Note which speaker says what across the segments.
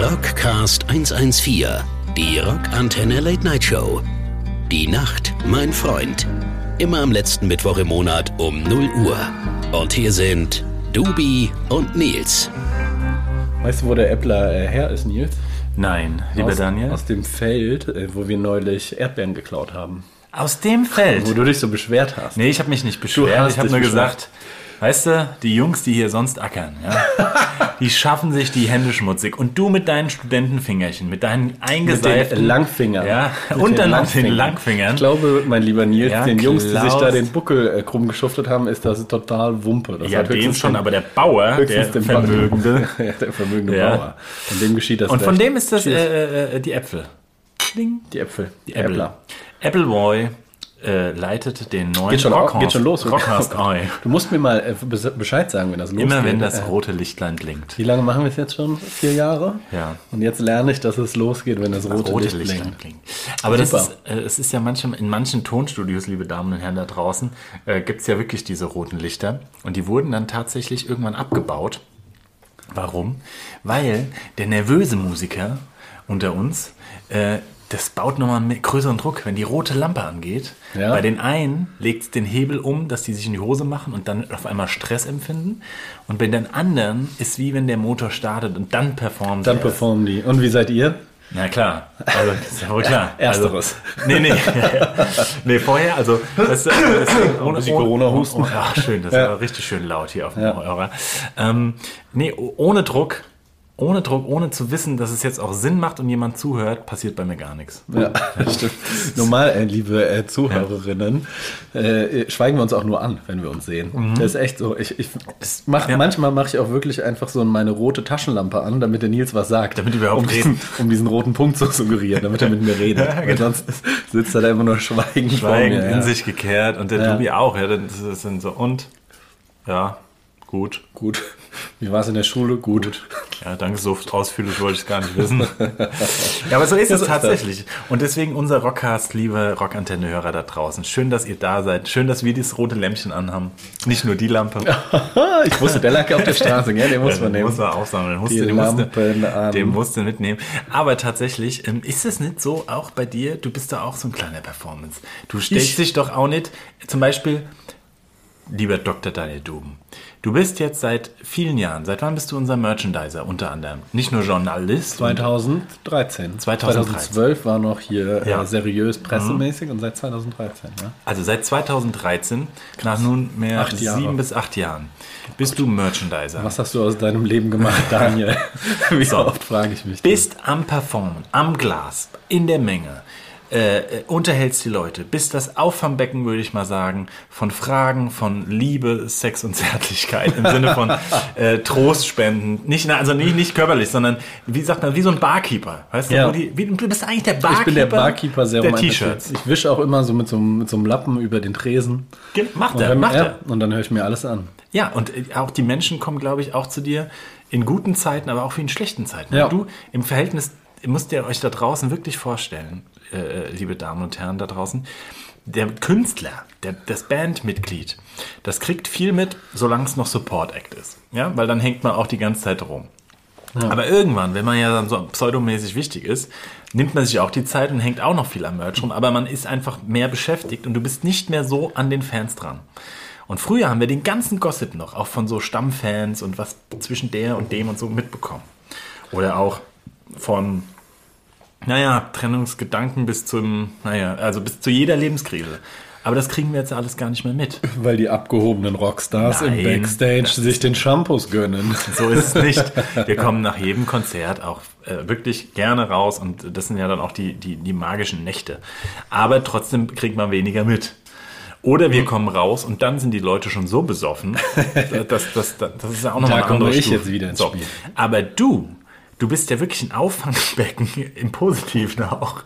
Speaker 1: Rockcast 114, die Rockantenne Late Night Show. Die Nacht, mein Freund. Immer am letzten Mittwoch im Monat um 0 Uhr. Und hier sind Dubi und Nils.
Speaker 2: Weißt du, wo der Äppler äh, her ist, Nils?
Speaker 3: Nein, lieber
Speaker 2: aus,
Speaker 3: Daniel.
Speaker 2: Aus dem Feld, äh, wo wir neulich Erdbeeren geklaut haben.
Speaker 3: Aus dem Feld.
Speaker 2: Wo du dich so beschwert hast.
Speaker 3: nee, ich habe mich nicht
Speaker 2: Du hast
Speaker 3: beschwert. Ich habe
Speaker 2: dich
Speaker 3: nur
Speaker 2: beschwert.
Speaker 3: gesagt, weißt du, die Jungs, die hier sonst ackern, ja, die schaffen sich die Hände schmutzig. Und du mit deinen Studentenfingerchen, mit deinen eingeseiften...
Speaker 2: Langfingern.
Speaker 3: Ja,
Speaker 2: Mit
Speaker 3: und dann noch den
Speaker 2: Ich
Speaker 3: Langfingern.
Speaker 2: glaube, mein lieber Nils,
Speaker 3: Ja,
Speaker 2: den Jungs, die sich
Speaker 3: Klaus.
Speaker 2: da den Buckel äh, krumm geschuftet haben, ist das total Wumpe. Das
Speaker 3: ja,
Speaker 2: hat
Speaker 3: dem
Speaker 2: also höchstens
Speaker 3: schon,
Speaker 2: den-
Speaker 3: aber der Bauer, der
Speaker 2: höchstens dem Ba-
Speaker 3: Vermögende.
Speaker 2: ja, der vermögende
Speaker 3: Ja.
Speaker 2: Bauer. Von dem geschieht das
Speaker 3: Und von
Speaker 2: Recht.
Speaker 3: dem ist das äh,
Speaker 2: Cheers.
Speaker 3: äh, äh, die Äpfel. Ding.
Speaker 2: die Äpfel. Die
Speaker 3: Apple.
Speaker 2: Äppler.
Speaker 3: Appleboy äh, leitet den neuen
Speaker 2: Geht schon,
Speaker 3: Rockhorst-
Speaker 2: geht schon los.
Speaker 3: Rockhorst Eye.
Speaker 2: Du musst mir mal äh, bes- Bescheid sagen, wenn das losgeht.
Speaker 3: Immer wenn
Speaker 2: Äh,
Speaker 3: das rote Lichtlein blinkt.
Speaker 2: Wie lange machen wir es jetzt schon? Vier Jahre?
Speaker 3: Ja.
Speaker 2: Und jetzt lerne ich, dass es losgeht, wenn das rote,
Speaker 3: rote
Speaker 2: Licht
Speaker 3: Licht
Speaker 2: blinkt.
Speaker 3: anklingen. Aber das
Speaker 2: Super.
Speaker 3: ist, äh, es ist ja manchmal in manchen Tonstudios, liebe Damen und Herren da draußen, äh, gibt es ja wirklich diese roten Lichter. Und die wurden dann tatsächlich irgendwann abgebaut. Warum? Weil der nervöse Musiker unter uns, äh, das baut nochmal einen größeren Druck, wenn die rote Lampe angeht.
Speaker 2: Ja.
Speaker 3: Bei den einen legt es den Hebel um, dass die sich in die Hose machen und dann auf einmal Stress empfinden. Und bei den anderen ist wie wenn der Motor startet und dann performen
Speaker 2: Dann
Speaker 3: sie erst.
Speaker 2: performen die. Und wie seid ihr?
Speaker 3: Na klar, also ist ja wohl klar.
Speaker 2: Ersteres.
Speaker 3: Also, nee, nee. nee, vorher, also das, das, ohne,
Speaker 2: bisschen Corona-Husten.
Speaker 3: Oh, ja, schön, das
Speaker 2: Ja.
Speaker 3: war richtig schön laut hier auf dem
Speaker 2: Ja.
Speaker 3: Hörer. Ähm, nee, o- ohne Druck, ohne Druck, ohne zu wissen, dass es jetzt auch Sinn macht und jemand zuhört, passiert bei mir gar nichts.
Speaker 2: Ja, stimmt. Normal, äh, liebe äh, Zuhörerinnen, äh, äh, schweigen wir uns auch nur an, wenn wir uns sehen. Das ist echt so. Ich, ich es mach,
Speaker 3: Mhm. ja.
Speaker 2: Manchmal mache ich auch wirklich einfach so meine rote Taschenlampe an, damit der Nils was sagt.
Speaker 3: Damit wir überhaupt
Speaker 2: um diesen,
Speaker 3: reden.
Speaker 2: Um diesen roten Punkt zu suggerieren, damit er mit mir redet.
Speaker 3: Ja,
Speaker 2: Weil
Speaker 3: genau.
Speaker 2: sonst sitzt er da immer nur schweigend,
Speaker 3: Schweigend
Speaker 2: vor mir,
Speaker 3: in
Speaker 2: ja.
Speaker 3: sich gekehrt und der
Speaker 2: Ja.
Speaker 3: Tobi auch. Ja, das ist dann so, und? Ja, gut.
Speaker 2: Gut. Wie war es in der Schule? Gut.
Speaker 3: Ja, danke, so ausführlich wollte ich es gar nicht wissen. ja, aber so
Speaker 2: Ja,
Speaker 3: ist es
Speaker 2: so ist das.
Speaker 3: tatsächlich. Und deswegen unser Rockcast, liebe Rockantenne-Hörer da draußen. Schön, dass ihr da seid. Schön, dass wir dieses rote Lämpchen anhaben. Nicht nur die Lampe.
Speaker 2: Ah, Ich wusste, der lag ja auf der Straße, gell? Den muss man
Speaker 3: Den
Speaker 2: nehmen.
Speaker 3: Muss man aufsammeln. Musste,
Speaker 2: Die
Speaker 3: den musste,
Speaker 2: Lampen an.
Speaker 3: Den musste mitnehmen. Aber tatsächlich, ähm, ist es nicht so, auch bei dir, du bist da auch so ein kleiner Performance. Du stellst
Speaker 2: Ich-
Speaker 3: dich doch auch nicht, zum Beispiel, lieber Dr. Daniel Duben, du bist jetzt seit vielen Jahren, seit wann bist du unser Merchandiser unter anderem? Nicht nur Journalist. und-
Speaker 2: 2013. 2012 war noch hier
Speaker 3: Ja. Mhm.
Speaker 2: äh, seriös pressemäßig und seit 2013. Ne?
Speaker 3: Also seit 2013, nach nunmehr
Speaker 2: Acht Jahre.
Speaker 3: sieben bis acht Jahren, bist du Merchandiser.
Speaker 2: Was hast du aus deinem Leben gemacht, Daniel? Wie
Speaker 3: So.
Speaker 2: oft frage ich mich.
Speaker 3: Bist am Performen, am Glas, in der Menge. Äh, äh, unterhältst die Leute, bist das Auffangbecken, würde ich mal sagen, von Fragen, von Liebe, Sex und Zärtlichkeit im Sinne von äh, Trostspenden. Nicht, na, also nicht, nicht körperlich, sondern wie sagt man, wie so ein Barkeeper. Weißt du,
Speaker 2: Ja.
Speaker 3: wo die, wie, du bist eigentlich der Barkeeper.
Speaker 2: ich bin der Barkeeper sehr
Speaker 3: der
Speaker 2: um ein-
Speaker 3: T-Shirts.
Speaker 2: Ich wische auch immer so mit so, einem- mit so einem Lappen über den Tresen.
Speaker 3: Ge- Macht
Speaker 2: Und
Speaker 3: er,
Speaker 2: dann,
Speaker 3: macht
Speaker 2: ja,
Speaker 3: er.
Speaker 2: und dann höre ich mir alles an.
Speaker 3: Ja, und äh, auch die Menschen kommen, glaube ich, auch zu dir in guten Zeiten, aber auch wie in schlechten Zeiten.
Speaker 2: Ja.
Speaker 3: Und Du im Verhältnis, ihr müsst ihr euch da draußen wirklich vorstellen, äh, liebe Damen und Herren da draußen, der Künstler, der, das Bandmitglied, das kriegt viel mit, solange es noch Support Act ist. Ja, weil dann hängt man auch die ganze Zeit rum. Aber irgendwann, wenn man ja dann so pseudomäßig wichtig ist, nimmt man sich auch die Zeit und hängt auch noch viel am Merch rum, aber man ist einfach mehr beschäftigt und du bist nicht mehr so an den Fans dran. Und früher haben wir den ganzen Gossip noch, auch von so Stammfans und was zwischen der und dem und so mitbekommen. Oder auch von, naja, Trennungsgedanken bis zum, naja, also bis zu jeder Lebenskrise. Aber das kriegen wir jetzt alles gar nicht mehr mit.
Speaker 2: Weil die abgehobenen Rockstars
Speaker 3: Nein.
Speaker 2: im Backstage sich den Shampoos gönnen.
Speaker 3: So ist es nicht. Wir kommen nach jedem Konzert auch äh, wirklich gerne raus und das sind ja dann auch die, die, die magischen Nächte. Aber trotzdem kriegt man weniger mit. Oder
Speaker 2: Mhm.
Speaker 3: wir kommen raus und dann sind die Leute schon so besoffen. Das, das, das, das ist ja auch nochmal
Speaker 2: Da
Speaker 3: eine
Speaker 2: komme
Speaker 3: andere
Speaker 2: ich
Speaker 3: Stufe.
Speaker 2: jetzt wieder ins Spiel.
Speaker 3: Aber du, du bist ja wirklich ein Auffangbecken im Positiven auch.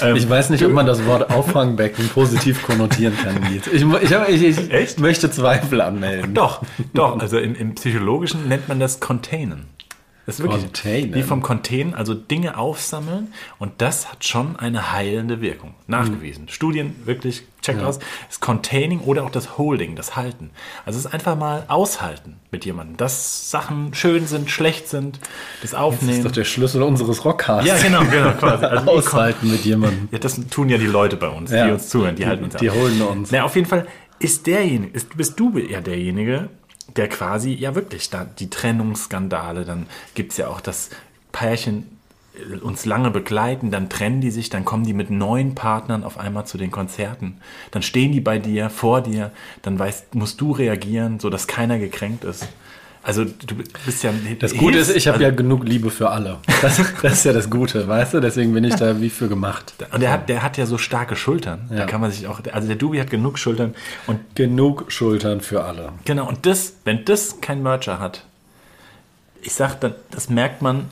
Speaker 3: Ähm,
Speaker 2: Ich weiß nicht, ob man das Wort Auffangbecken positiv konnotieren kann, Nils. Ich, mu- ich, hab- ich, ich
Speaker 3: Echt?
Speaker 2: möchte Zweifel anmelden.
Speaker 3: Doch, doch. Also im, im Psychologischen nennt man das Containen. Das ist wirklich
Speaker 2: Containen.
Speaker 3: wie vom Containen, also Dinge aufsammeln und das hat schon eine heilende Wirkung. Nachgewiesen. Studien, wirklich, checkt aus. Das Containing oder auch das Holding, das Halten. Also es ist einfach mal aushalten mit jemandem, dass Sachen schön sind, schlecht sind, das
Speaker 2: Das ist
Speaker 3: Aufnehmen.
Speaker 2: doch der Schlüssel unseres Rockhaars.
Speaker 3: ja, genau, genau, quasi. Also wir
Speaker 2: Aushalten mit jemandem.
Speaker 3: ja, das tun ja die Leute bei uns,
Speaker 2: Ja.
Speaker 3: die uns zuhören, die, halten uns
Speaker 2: die
Speaker 3: ab.
Speaker 2: holen uns.
Speaker 3: Na, auf jeden Fall ist derjenige, ist, bist du ja derjenige, der quasi, ja wirklich, da die Trennungsskandale, dann gibt es ja auch das Pärchen äh, uns lange begleiten, dann trennen die sich, dann kommen die mit neuen Partnern auf einmal zu den Konzerten, dann stehen die bei dir, vor dir, dann weißt, musst du reagieren, sodass keiner gekränkt ist. Also du bist ja...
Speaker 2: Das Gute ist, ich habe ja genug Liebe für alle. Das, das ist ja das Gute, weißt du? Deswegen bin ich da wie für gemacht.
Speaker 3: Und der hat, der hat ja so starke Schultern. Da
Speaker 2: Ja.
Speaker 3: kann man sich auch, also der Dubi hat genug Schultern. Und
Speaker 2: Genug Schultern für alle.
Speaker 3: genau, und das, wenn das kein Merger hat, ich sag, dann, das merkt man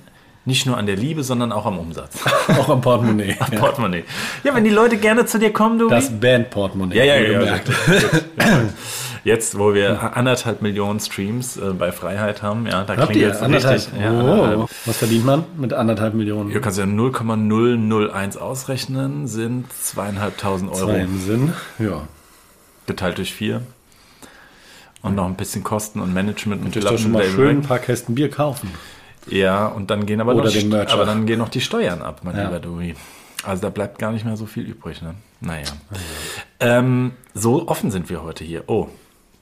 Speaker 3: nicht nur an der Liebe, sondern auch am Umsatz.
Speaker 2: Auch am Portemonnaie. Ja.
Speaker 3: Portemonnaie. Ja, wenn die Leute gerne zu dir kommen, Dubi.
Speaker 2: Das Bandportemonnaie.
Speaker 3: ja, ja, ja. also, ja,
Speaker 2: wohlgemerkt.
Speaker 3: gut, gut. Jetzt, wo wir anderthalb Millionen Streams äh, bei Freiheit haben, ja, da
Speaker 2: Habt ihr
Speaker 3: klingelt's
Speaker 2: anderthalb?
Speaker 3: Ja, anderthalb.
Speaker 2: oh. Was verdient man mit anderthalb Millionen?
Speaker 3: Du kannst ja 0,001 ausrechnen, sind zweieinhalbtausend Euro.
Speaker 2: Zwei im Sinn. Ja.
Speaker 3: geteilt durch vier. Und noch ein bisschen Kosten und Management und
Speaker 2: Das ist doch schon mal
Speaker 3: Plattenlabel
Speaker 2: schön ein
Speaker 3: weg.
Speaker 2: paar Kästen Bier kaufen.
Speaker 3: Ja, und dann gehen aber,
Speaker 2: Oder
Speaker 3: noch,
Speaker 2: den Merch
Speaker 3: aber
Speaker 2: ab.
Speaker 3: dann gehen noch die Steuern ab, mein
Speaker 2: Ja.
Speaker 3: lieber Dori. Also da bleibt gar nicht mehr so viel übrig, ne? Naja. Ähm, so offen sind wir heute hier. Oh,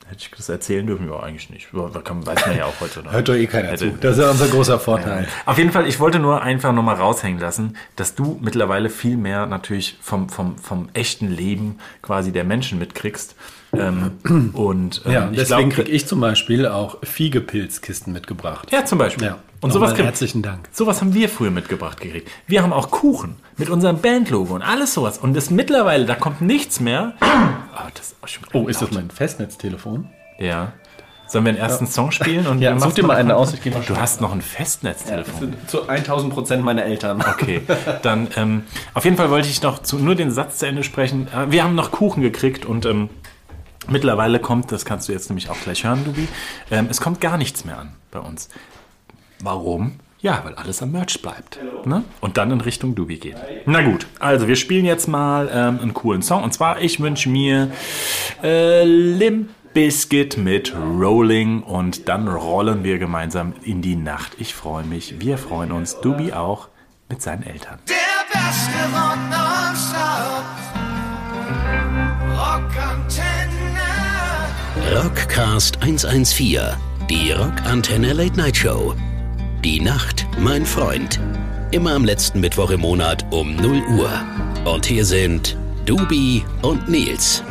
Speaker 3: hätte ich das erzählen dürfen? Ja, eigentlich nicht. Ja, Da kann, weiß man ja auch heute noch.
Speaker 2: Hört doch eh keiner
Speaker 3: Hätte-
Speaker 2: zu. Das ist ja unser großer Vorteil.
Speaker 3: Auf jeden Fall, ich wollte nur einfach nochmal raushängen lassen, dass du mittlerweile viel mehr natürlich vom, vom, vom echten Leben quasi der Menschen mitkriegst. Ähm, und ähm,
Speaker 2: Ja, deswegen
Speaker 3: glaub,
Speaker 2: kriege ich zum Beispiel auch Fiegepilzkisten mitgebracht.
Speaker 3: Ja, zum Beispiel.
Speaker 2: Ja.
Speaker 3: Und sowas,
Speaker 2: Nochmal
Speaker 3: krieg-
Speaker 2: herzlichen Dank.
Speaker 3: sowas haben wir früher mitgebracht gekriegt. Wir haben auch Kuchen mit unserem Bandlogo und alles sowas. Und das mittlerweile, da kommt nichts mehr. Oh, das ist auch schon
Speaker 2: Oh, ist das mein Festnetztelefon?
Speaker 3: Ja. Sollen wir den ersten Song spielen? Und
Speaker 2: Ja,
Speaker 3: wir
Speaker 2: such
Speaker 3: machen-
Speaker 2: dir mal einen aus, ich geh mal
Speaker 3: Du hast noch ein Festnetztelefon.
Speaker 2: Zu 1000 Prozent meine Eltern.
Speaker 3: Okay, dann ähm, auf jeden Fall wollte ich noch zu, nur den Satz zu Ende sprechen. Äh, Wir haben noch Kuchen gekriegt und ähm, mittlerweile kommt, das kannst du jetzt nämlich auch gleich hören, Dubi, ähm, es kommt gar nichts mehr an bei uns. Warum? Ja, weil alles am Merch bleibt. Ne? Und dann in Richtung Dubi geht. Na gut, also wir spielen jetzt mal ähm, einen coolen Song. Und zwar, ich wünsche mir äh, Limp Biscuit mit Rolling und dann rollen wir gemeinsam in die Nacht. Ich freue mich, wir freuen uns, Dubi auch mit seinen Eltern.
Speaker 4: Der beste Rock nonstop. Rockantenne.
Speaker 1: Rockcast 114, die Rockantenne Late Night Show. Die Nacht, mein Freund. Immer am letzten Mittwoch im Monat um 0 Uhr. Und hier sind Dubi und Nils.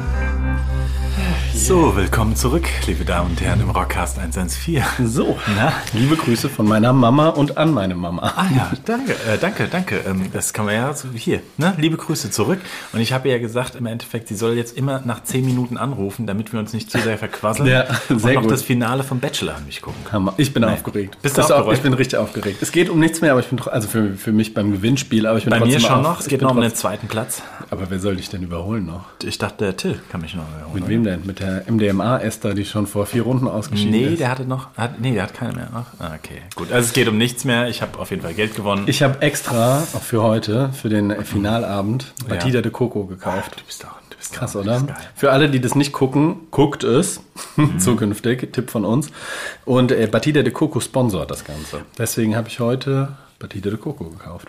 Speaker 3: So, willkommen zurück, liebe Damen und Herren im Rockcast 114.
Speaker 2: So,
Speaker 3: Na?
Speaker 2: liebe Grüße von meiner Mama und an meine Mama.
Speaker 3: Ah ja, danke, äh, danke, danke. Ähm, das kann man ja so hier. Ne? Liebe Grüße zurück. Und ich habe ihr ja gesagt, im Endeffekt, sie soll jetzt immer nach 10 Minuten anrufen, damit wir uns nicht zu sehr verquasseln
Speaker 2: Ja,
Speaker 3: und
Speaker 2: sehr
Speaker 3: noch
Speaker 2: gut.
Speaker 3: das Finale vom Bachelor an mich gucken.
Speaker 2: Hammer. Ich bin aufgeregt.
Speaker 3: Bist du
Speaker 2: Bist du
Speaker 3: aufgeregt?
Speaker 2: ich bin richtig aufgeregt. Es geht um nichts mehr, aber ich bin tro- also für, für mich beim Gewinnspiel, aber ich bin
Speaker 3: Bei mir
Speaker 2: trotzdem
Speaker 3: schon
Speaker 2: auf.
Speaker 3: noch, es
Speaker 2: Ich
Speaker 3: geht
Speaker 2: bin
Speaker 3: noch um den
Speaker 2: trotzdem-
Speaker 3: zweiten Platz.
Speaker 2: Aber wer soll dich denn überholen noch?
Speaker 3: Ich dachte, der Till kann mich noch erholen.
Speaker 2: Mit wem denn? Mit der MDMA-Esther, die schon vor vier Runden ausgeschieden
Speaker 3: Nee,
Speaker 2: ist.
Speaker 3: der hatte noch. Hat, nee, der hat keine mehr. Ach, ah, okay, gut. Also es geht um nichts mehr. Ich habe auf jeden Fall Geld gewonnen.
Speaker 2: Ich habe extra auch für heute, für den Finalabend, Batida de Coco gekauft.
Speaker 3: Ah, du bist doch. Du bist
Speaker 2: Krass,
Speaker 3: doch-
Speaker 2: oder?
Speaker 3: Du bist geil. Mhm.
Speaker 2: Für alle, die das nicht gucken, guckt es zukünftig. Tipp von uns. Und äh, Batida de Coco sponsort das Ganze. Deswegen habe ich heute Batida de Coco gekauft.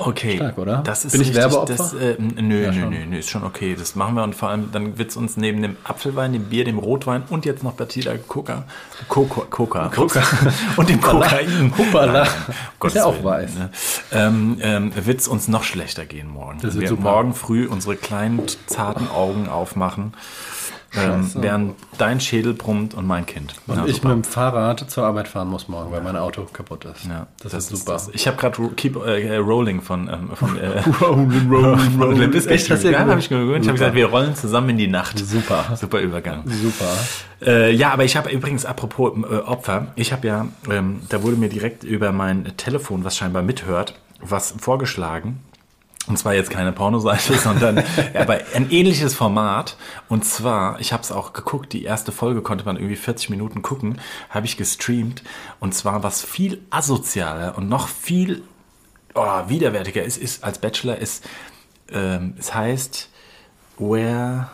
Speaker 3: Okay.
Speaker 2: Stark, oder?
Speaker 3: Das ist
Speaker 2: Bin ich
Speaker 3: richtig,
Speaker 2: Werbeopfer?
Speaker 3: Das, äh, m- nö, nö, nö, nö, ist schon okay. Das machen wir und vor allem, dann wird es uns neben dem Apfelwein, dem Bier, dem Rotwein und jetzt noch Batida Coca, Coca, Coca, Coca. und dem Kokain.
Speaker 2: Hoppala.
Speaker 3: Nein, um Gottes
Speaker 2: ja auch
Speaker 3: Willen,
Speaker 2: weiß.
Speaker 3: Ne? Ähm, ähm, wird es uns noch schlechter gehen morgen.
Speaker 2: Das wird
Speaker 3: wir
Speaker 2: super.
Speaker 3: morgen früh unsere kleinen, zarten Augen aufmachen, ähm, während dein Schädel brummt und mein Kind. Also,
Speaker 2: Und
Speaker 3: Ja,
Speaker 2: ich
Speaker 3: super.
Speaker 2: mit dem Fahrrad zur Arbeit fahren muss morgen, weil mein Auto kaputt ist.
Speaker 3: Ja,
Speaker 2: das, ist
Speaker 3: ist
Speaker 2: super.
Speaker 3: das. Ich habe gerade Keep äh, Rolling von, ähm, von äh,
Speaker 2: Rolling, rolling,
Speaker 3: Von Limp Bizkit.
Speaker 2: Echt, hast du
Speaker 3: ja,
Speaker 2: ja
Speaker 3: habe ich mir gewöhnt. Ich habe
Speaker 2: Super.
Speaker 3: gesagt, wir rollen zusammen in die Nacht.
Speaker 2: Super.
Speaker 3: Super Übergang.
Speaker 2: Super.
Speaker 3: Äh, ja, aber ich habe übrigens, apropos äh, Opfer, ich habe ja, ähm, da wurde mir direkt über mein Telefon, was scheinbar mithört, was vorgeschlagen. Und zwar jetzt keine Pornoseite, sondern aber ein ähnliches Format. Und zwar, ich habe es auch geguckt, die erste Folge konnte man irgendwie 40 Minuten gucken, habe ich gestreamt. Und zwar, was viel asozialer und noch viel oh, widerwärtiger ist, ist als Bachelor, ist, ähm, es heißt, where,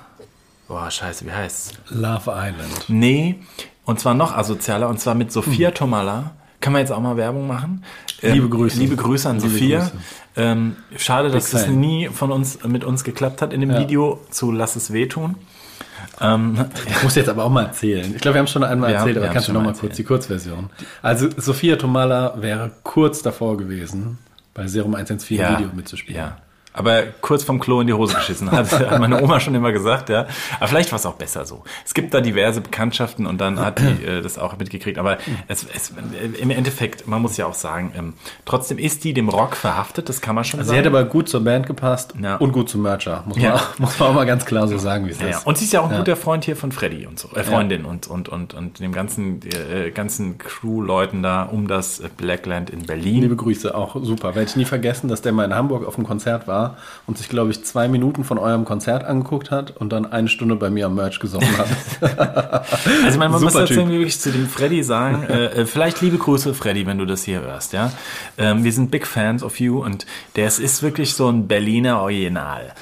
Speaker 3: boah, scheiße, wie heißt's?
Speaker 2: Love Island.
Speaker 3: Nee, und zwar noch asozialer, und zwar mit Sophia Tomala. Kann man jetzt auch mal Werbung machen? Ähm,
Speaker 2: Mhm. Liebe Grüße.
Speaker 3: Liebe Grüße an
Speaker 2: Liebe
Speaker 3: Sophia.
Speaker 2: Grüße.
Speaker 3: Ähm, schade, dass
Speaker 2: Big
Speaker 3: es
Speaker 2: fan.
Speaker 3: nie von uns, äh, mit uns geklappt hat in dem
Speaker 2: Ja.
Speaker 3: Video zu Lass es wehtun. Ähm,
Speaker 2: Ich muss jetzt aber auch mal erzählen. Ich glaube, wir haben es schon einmal
Speaker 3: Wir haben-
Speaker 2: erzählt,
Speaker 3: wir
Speaker 2: aber
Speaker 3: haben
Speaker 2: kannst du
Speaker 3: schon mal
Speaker 2: nochmal kurz die Kurzversion. Also Sophia Tomala wäre kurz davor gewesen, bei Serum 114 Video mitzuspielen.
Speaker 3: Ja. Aber kurz vom Klo in die Hose geschissen, hat, hat meine Oma schon immer gesagt, ja. Aber vielleicht war es auch besser so. Es gibt da diverse Bekanntschaften und dann hat die äh, das auch mitgekriegt. Aber es, es, im Endeffekt, man muss ja auch sagen, ähm, trotzdem ist die dem Rock verhaftet, das kann man schon
Speaker 2: Sie
Speaker 3: sagen.
Speaker 2: hätte aber gut zur Band gepasst
Speaker 3: Ja.
Speaker 2: und gut zum Mercher. Muss,
Speaker 3: Ja.
Speaker 2: man, auch- muss man auch mal ganz klar so sagen, wie es
Speaker 3: Ja, ja.
Speaker 2: ist.
Speaker 3: Und sie ist ja auch ein guter Freund hier von Freddy und so, äh, Freundin und, und, und, und dem ganzen, äh, ganzen Crew-Leuten da um das äh, Blackland in Berlin.
Speaker 2: Liebe Grüße, auch super. Werde ich nie vergessen, dass der mal in Hamburg auf dem Konzert war und sich, glaube ich, zwei Minuten von eurem Konzert angeguckt hat und dann eine Stunde bei mir am Merch gesungen hat.
Speaker 3: Also ich meine, man muss
Speaker 2: Super
Speaker 3: jetzt
Speaker 2: Typ.
Speaker 3: irgendwie wirklich zu dem Freddy sagen, äh, äh, vielleicht liebe Grüße, Freddy, wenn du das hier hörst, ja. Ähm, wir sind big fans of you und der ist- ist wirklich so ein Berliner Original.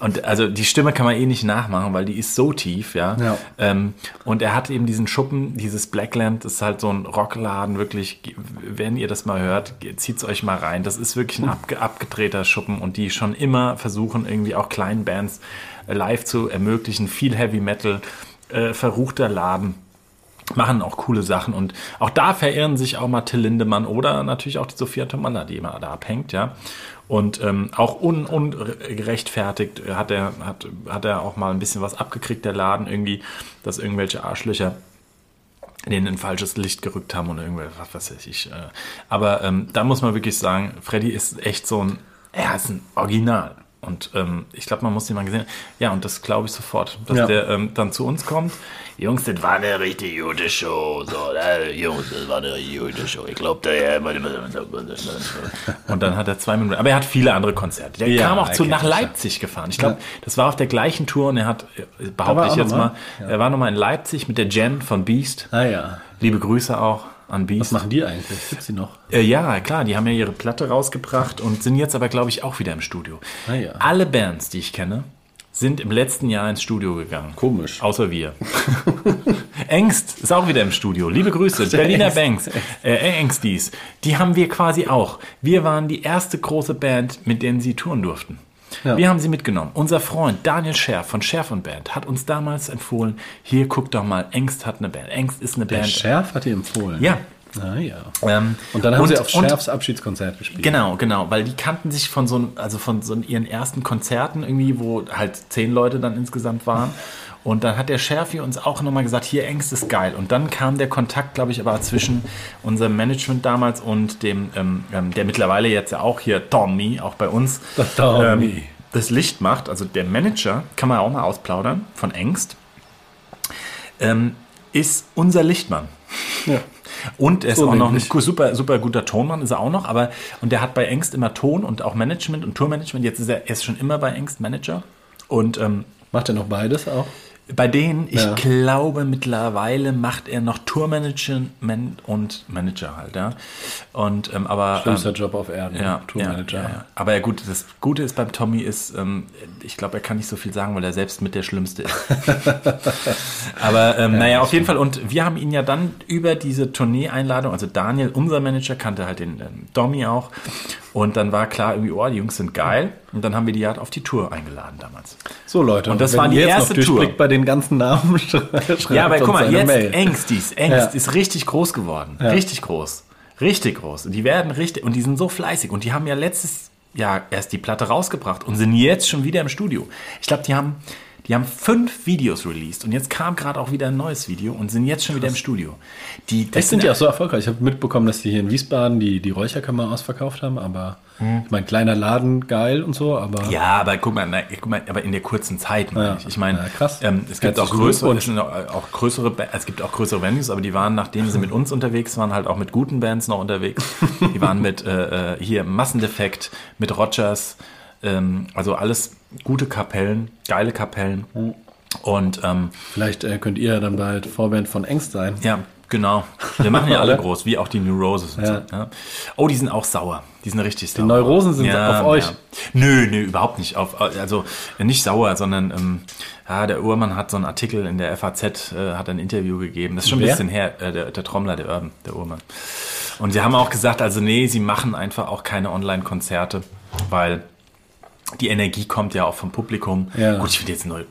Speaker 3: Und also die Stimme kann man eh nicht nachmachen, weil die ist so tief, ja.
Speaker 2: Ja.
Speaker 3: Ähm, und er hat eben diesen Schuppen, dieses Blackland, das ist halt so ein Rockladen, wirklich, ge- wenn ihr das mal hört, zieht es euch mal rein. Das ist wirklich ein abge abgedrehter Schuppen und die schon immer versuchen, irgendwie auch kleinen Bands äh, live zu ermöglichen. Viel Heavy Metal, äh, verruchter Laden machen auch coole Sachen und auch da verirren sich auch mal Till Lindemann oder natürlich auch die Sophia Tomalla, die immer da abhängt, ja. Und ähm, auch un- ungerechtfertigt hat er, hat, hat er auch mal ein bisschen was abgekriegt, der Laden irgendwie, dass irgendwelche Arschlöcher denen in ein falsches Licht gerückt haben oder irgendwelche, was weiß ich. Äh. Aber ähm, da muss man wirklich sagen, Freddy ist echt so ein, er ist ein Original. Und ähm, ich glaube, man muss den mal gesehen haben. Ja, und das glaube ich sofort, dass
Speaker 2: Ja.
Speaker 3: der ähm, dann zu uns kommt. Jungs, das war eine richtig
Speaker 5: Die gute Show, so, ne? Jungs, das war eine gute Show. Ich glaub, da ja immer.
Speaker 3: Und dann hat er zwei Minuten. Aber er hat viele andere Konzerte. Der
Speaker 2: Ja,
Speaker 3: kam auch
Speaker 2: er
Speaker 3: zu,
Speaker 2: kennt
Speaker 3: nach
Speaker 2: das, ja.
Speaker 3: Leipzig gefahren. Ich glaube, das war auf der gleichen Tour und er hat, äh, behaupte
Speaker 2: war
Speaker 3: ich
Speaker 2: auch
Speaker 3: jetzt
Speaker 2: noch ne?
Speaker 3: mal,
Speaker 2: mal.
Speaker 3: er war nochmal in Leipzig mit der Jen von Beast.
Speaker 2: Ah ja.
Speaker 3: Liebe Grüße auch
Speaker 2: Was
Speaker 3: an Beast.
Speaker 2: machen die eigentlich? Gibt sie noch?
Speaker 3: Äh, ja, klar, die haben ja ihre Platte rausgebracht und sind jetzt aber, glaube ich, auch wieder im Studio.
Speaker 2: Ah ja.
Speaker 3: Alle Bands, die ich kenne, sind im letzten Jahr ins Studio gegangen.
Speaker 2: Komisch.
Speaker 3: Außer wir. Engst ist auch wieder im Studio. Liebe Grüße, Berliner Banks, äh, Engsties. Die haben wir quasi auch. Wir waren die erste große Band, mit denen sie touren durften.
Speaker 2: Ja.
Speaker 3: Wir haben sie mitgenommen. Unser Freund Daniel Scherf von Scherf und Band hat uns damals empfohlen, hier guck doch mal, Engst hat eine Band. Engst ist eine
Speaker 2: Der
Speaker 3: Band.
Speaker 2: Schärf hat die empfohlen.
Speaker 3: Ja.
Speaker 2: Ah ja.
Speaker 3: Ähm,
Speaker 2: Und dann haben sie auf
Speaker 3: und-
Speaker 2: Schärfs Abschiedskonzert gespielt.
Speaker 3: Genau, genau, weil die kannten sich von so einem, also von so ihren ersten Konzerten irgendwie, wo halt zehn Leute dann insgesamt waren. Und dann hat der Scherfi uns auch nochmal gesagt, hier Ängst ist geil. Und dann kam der Kontakt, glaube ich, aber zwischen unserem Management damals und dem, ähm, ähm, der mittlerweile jetzt ja auch hier Tommy, auch bei uns,
Speaker 2: Der Tommy.
Speaker 3: Ähm, das Licht macht. Also der Manager, kann man auch mal ausplaudern, von Ängst, ähm, ist unser Lichtmann.
Speaker 2: Ja.
Speaker 3: Und er ist
Speaker 2: So
Speaker 3: auch noch ein
Speaker 2: nämlich.
Speaker 3: gu- super, super guter Tonmann, ist er auch noch, aber und der hat bei Engst immer Ton und auch Management und Tourmanagement. Jetzt ist er, er ist schon immer bei Engst Manager. Und ähm,
Speaker 2: Macht er noch beides auch?
Speaker 3: bei denen, ich
Speaker 2: Ja.
Speaker 3: glaube, mittlerweile macht er noch Tourmanager Man und Manager halt, ja. Und ähm, aber. Ähm,
Speaker 2: Schlimmster Job auf Erden.
Speaker 3: ja,
Speaker 2: Tourmanager.
Speaker 3: Ja, ja, ja. Aber gut, das Gute ist beim Tommy ist, ähm, ich glaube, er kann nicht so viel sagen, weil er selbst mit der Schlimmste ist. Aber ähm, naja, auf jeden Fall. Und wir haben ihn ja dann über diese Tournee-Einladung, also Daniel, unser Manager, kannte halt den ähm, Tommy auch. Und dann war klar irgendwie, oh, die Jungs sind geil. Und dann haben wir die halt auf die Tour eingeladen damals.
Speaker 2: So Leute,
Speaker 3: Und das
Speaker 2: wenn
Speaker 3: war die
Speaker 2: ihr jetzt
Speaker 3: erste
Speaker 2: noch
Speaker 3: Tour.
Speaker 2: durchblickt bei den ganzen Namen. schreibt
Speaker 3: Ja, aber
Speaker 2: uns
Speaker 3: guck mal,
Speaker 2: eine
Speaker 3: jetzt
Speaker 2: Mail.
Speaker 3: Ängstis, Ängst
Speaker 2: Ja.
Speaker 3: ist richtig groß geworden. Richtig groß. Richtig groß. Und die werden richtig, und die sind so fleißig. Und die haben ja letztes Jahr erst die Platte rausgebracht und sind jetzt schon wieder im Studio. Ich glaube, die haben, die haben fünf Videos released und jetzt kam gerade auch wieder ein neues Video und sind jetzt schon wieder im Studio. Die, das
Speaker 2: Echt sind die auch so erfolgreich. Ich habe mitbekommen, dass die hier in Wiesbaden die, die Räucherkammer ausverkauft haben, aber ich mein kleiner Laden, geil und so, aber
Speaker 3: Hm. Ja, aber guck mal, na, guck mal, aber in der kurzen Zeit, meine
Speaker 2: Ja.
Speaker 3: ich. Ich meine,
Speaker 2: Ja, krass.
Speaker 3: ähm, es gibt auch
Speaker 2: Herzlichen
Speaker 3: größere,
Speaker 2: Glückwunsch.
Speaker 3: es, sind auch, äh, auch größere, Ba- es gibt auch größere Venues, aber die waren, nachdem sie mit uns unterwegs waren, halt auch mit guten Bands noch unterwegs. Die waren mit äh, äh, hier Massendefekt, mit Rogers, Ähm, also alles gute Kapellen, geile Kapellen. Und ähm,
Speaker 2: Vielleicht äh, könnt ihr ja dann bald Vorband von Engst sein.
Speaker 3: ja, genau. Wir machen ja alle
Speaker 2: Oder?
Speaker 3: groß, wie auch die New Roses und
Speaker 2: Ja.
Speaker 3: so. Ja. Oh, die sind auch sauer. Die sind richtig sauer. Die
Speaker 2: Neurosen sind auf euch?
Speaker 3: Nö, nö, überhaupt nicht. Auf, also nicht sauer, sondern ähm, ja, der Urmann hat so einen Artikel in der FAZ, äh, hat ein Interview gegeben. Das ist schon ein
Speaker 2: Wer?
Speaker 3: bisschen her, äh, der, der Trommler, der Urban, der Urmann. Und sie haben auch gesagt, also nee, sie machen einfach auch keine Online-Konzerte, weil die Energie kommt ja auch vom Publikum.
Speaker 2: Ja.
Speaker 3: Gut, ich finde jetzt neu,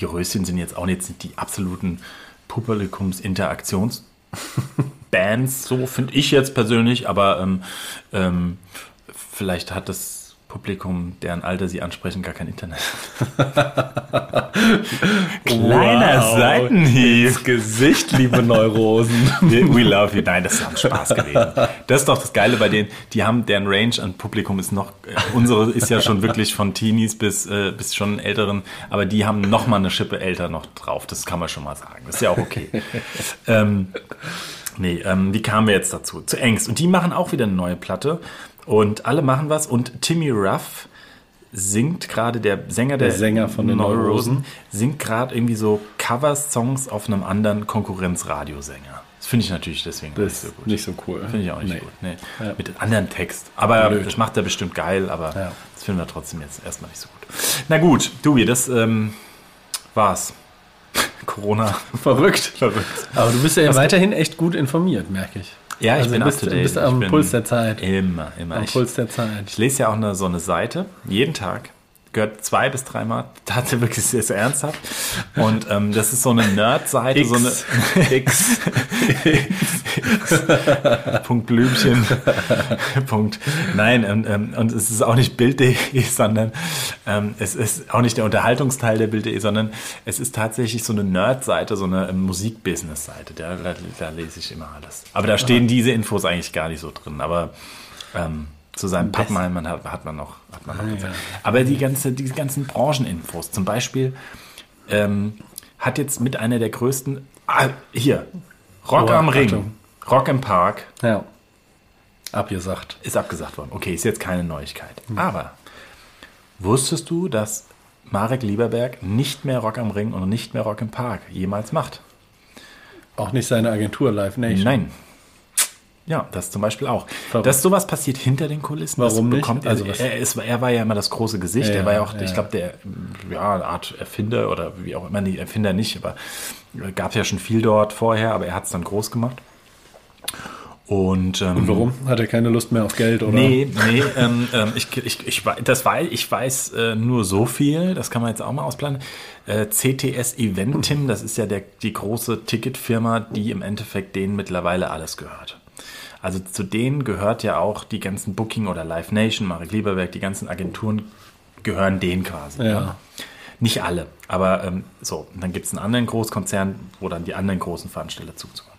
Speaker 3: die Röschen sind jetzt auch jetzt nicht die absoluten Publikumsinteraktions- Bands, so finde ich jetzt persönlich, aber ähm, ähm, vielleicht hat das Publikum, deren Alter sie ansprechen, gar kein Internet. Kleiner
Speaker 2: Wow.
Speaker 3: Seitenhieb.
Speaker 2: Gesicht, liebe Neurosen.
Speaker 3: We love you. Nein, das ist ein Spaß gewesen. Das ist doch das Geile bei denen. Die haben deren Range an Publikum ist noch, äh, unsere ist ja schon wirklich von Teenies bis, äh, bis schon Älteren, aber die haben noch mal eine Schippe älter noch drauf. Das kann man schon mal sagen. Das ist ja auch okay. ähm, nee, ähm, wie kamen wir jetzt dazu? Zu Angst. Und die machen auch wieder eine neue Platte und alle machen was und Timmy Ruff singt gerade der Sänger der,
Speaker 2: Der Sänger von den Neurosen.
Speaker 3: singt gerade irgendwie so Cover-Songs auf einem anderen Konkurrenzradiosänger. Das finde ich natürlich deswegen
Speaker 2: Das ist nicht so cool.
Speaker 3: Finde ich auch nicht
Speaker 2: Nee.
Speaker 3: gut. Nee.
Speaker 2: Ja.
Speaker 3: Mit einem anderen Text. Aber
Speaker 2: Blöd.
Speaker 3: das macht er bestimmt geil, aber
Speaker 2: Ja.
Speaker 3: das finden wir trotzdem jetzt erstmal nicht so gut. Na gut, Dubi, das ähm, war's. Corona.
Speaker 2: Verrückt.
Speaker 3: Verrückt.
Speaker 2: Aber du bist ja weiterhin echt gut informiert, merke ich.
Speaker 3: Ja, ich
Speaker 2: Also
Speaker 3: bin
Speaker 2: du bist,
Speaker 3: up to date.
Speaker 2: bist
Speaker 3: Ich
Speaker 2: am
Speaker 3: bin
Speaker 2: Puls der Zeit.
Speaker 3: Immer, immer.
Speaker 2: Am
Speaker 3: Ich-
Speaker 2: Puls der Zeit.
Speaker 3: Ich lese ja auch eine, so eine Seite, jeden Tag. Gehört zwei bis dreimal. Tatsächlich wirklich sehr, sehr ernsthaft. Und ähm, das ist so eine Nerd-Seite, so
Speaker 2: X.
Speaker 3: eine. X. Punkt Blümchen. Punkt. Nein, und, ähm, und es ist auch nicht Bild.de, sondern ähm, es ist auch nicht der Unterhaltungsteil der Bild.de, sondern es ist tatsächlich so eine Nerd-Seite, so eine ähm, Musik-Business-Seite. Da, da, da lese ich immer alles. Aber da stehen diese Infos eigentlich gar nicht so drin. Aber ähm, zu seinem Pappenheim man hat, hat man noch. Hat
Speaker 2: Ah,
Speaker 3: man noch gesagt. Aber die, ganze, die ganzen Brancheninfos, zum Beispiel ähm, hat jetzt mit einer der größten. Ah, hier, Rock
Speaker 2: Oh,
Speaker 3: am Ring,
Speaker 2: Achtung.
Speaker 3: Rock im Park
Speaker 2: Ja. Abgesagt.
Speaker 3: ist abgesagt worden. Okay, ist jetzt keine Neuigkeit.
Speaker 2: Hm.
Speaker 3: Aber wusstest du, dass Marek Lieberberg nicht mehr Rock am Ring und nicht mehr Rock im Park jemals macht?
Speaker 2: Auch nicht seine Agentur Live Nation.
Speaker 3: Nein. Ja, das zum Beispiel auch.
Speaker 2: Warum?
Speaker 3: Dass sowas passiert hinter den Kulissen.
Speaker 2: Warum
Speaker 3: das
Speaker 2: nicht?
Speaker 3: bekommt,
Speaker 2: Also
Speaker 3: Also
Speaker 2: was-
Speaker 3: er, ist, er war ja immer das große Gesicht.
Speaker 2: Ja,
Speaker 3: er war ja auch,
Speaker 2: ja.
Speaker 3: ich glaube, der ja, eine Art Erfinder oder wie auch immer, nee, Erfinder nicht, aber gab es ja schon viel dort vorher, aber er hat es dann groß gemacht. Und, ähm,
Speaker 2: Warum? Hat er keine Lust mehr auf Geld oder?
Speaker 3: Nee, nee, ähm, ähm, ich, ich, ich, wei- das wei- ich weiß äh, nur so viel, das kann man jetzt auch mal ausplanen. Äh, CTS Eventim, das ist ja der, die große Ticketfirma, die im Endeffekt denen mittlerweile alles gehört. Also zu denen gehört ja auch die ganzen Booking oder Live Nation, Marek Lieberberg, die ganzen Agenturen gehören denen quasi. ne?
Speaker 2: Ja.
Speaker 3: Nicht alle, aber ähm, so. Und dann gibt es einen anderen Großkonzern, wo dann die anderen großen Veranstalter zuzuhören.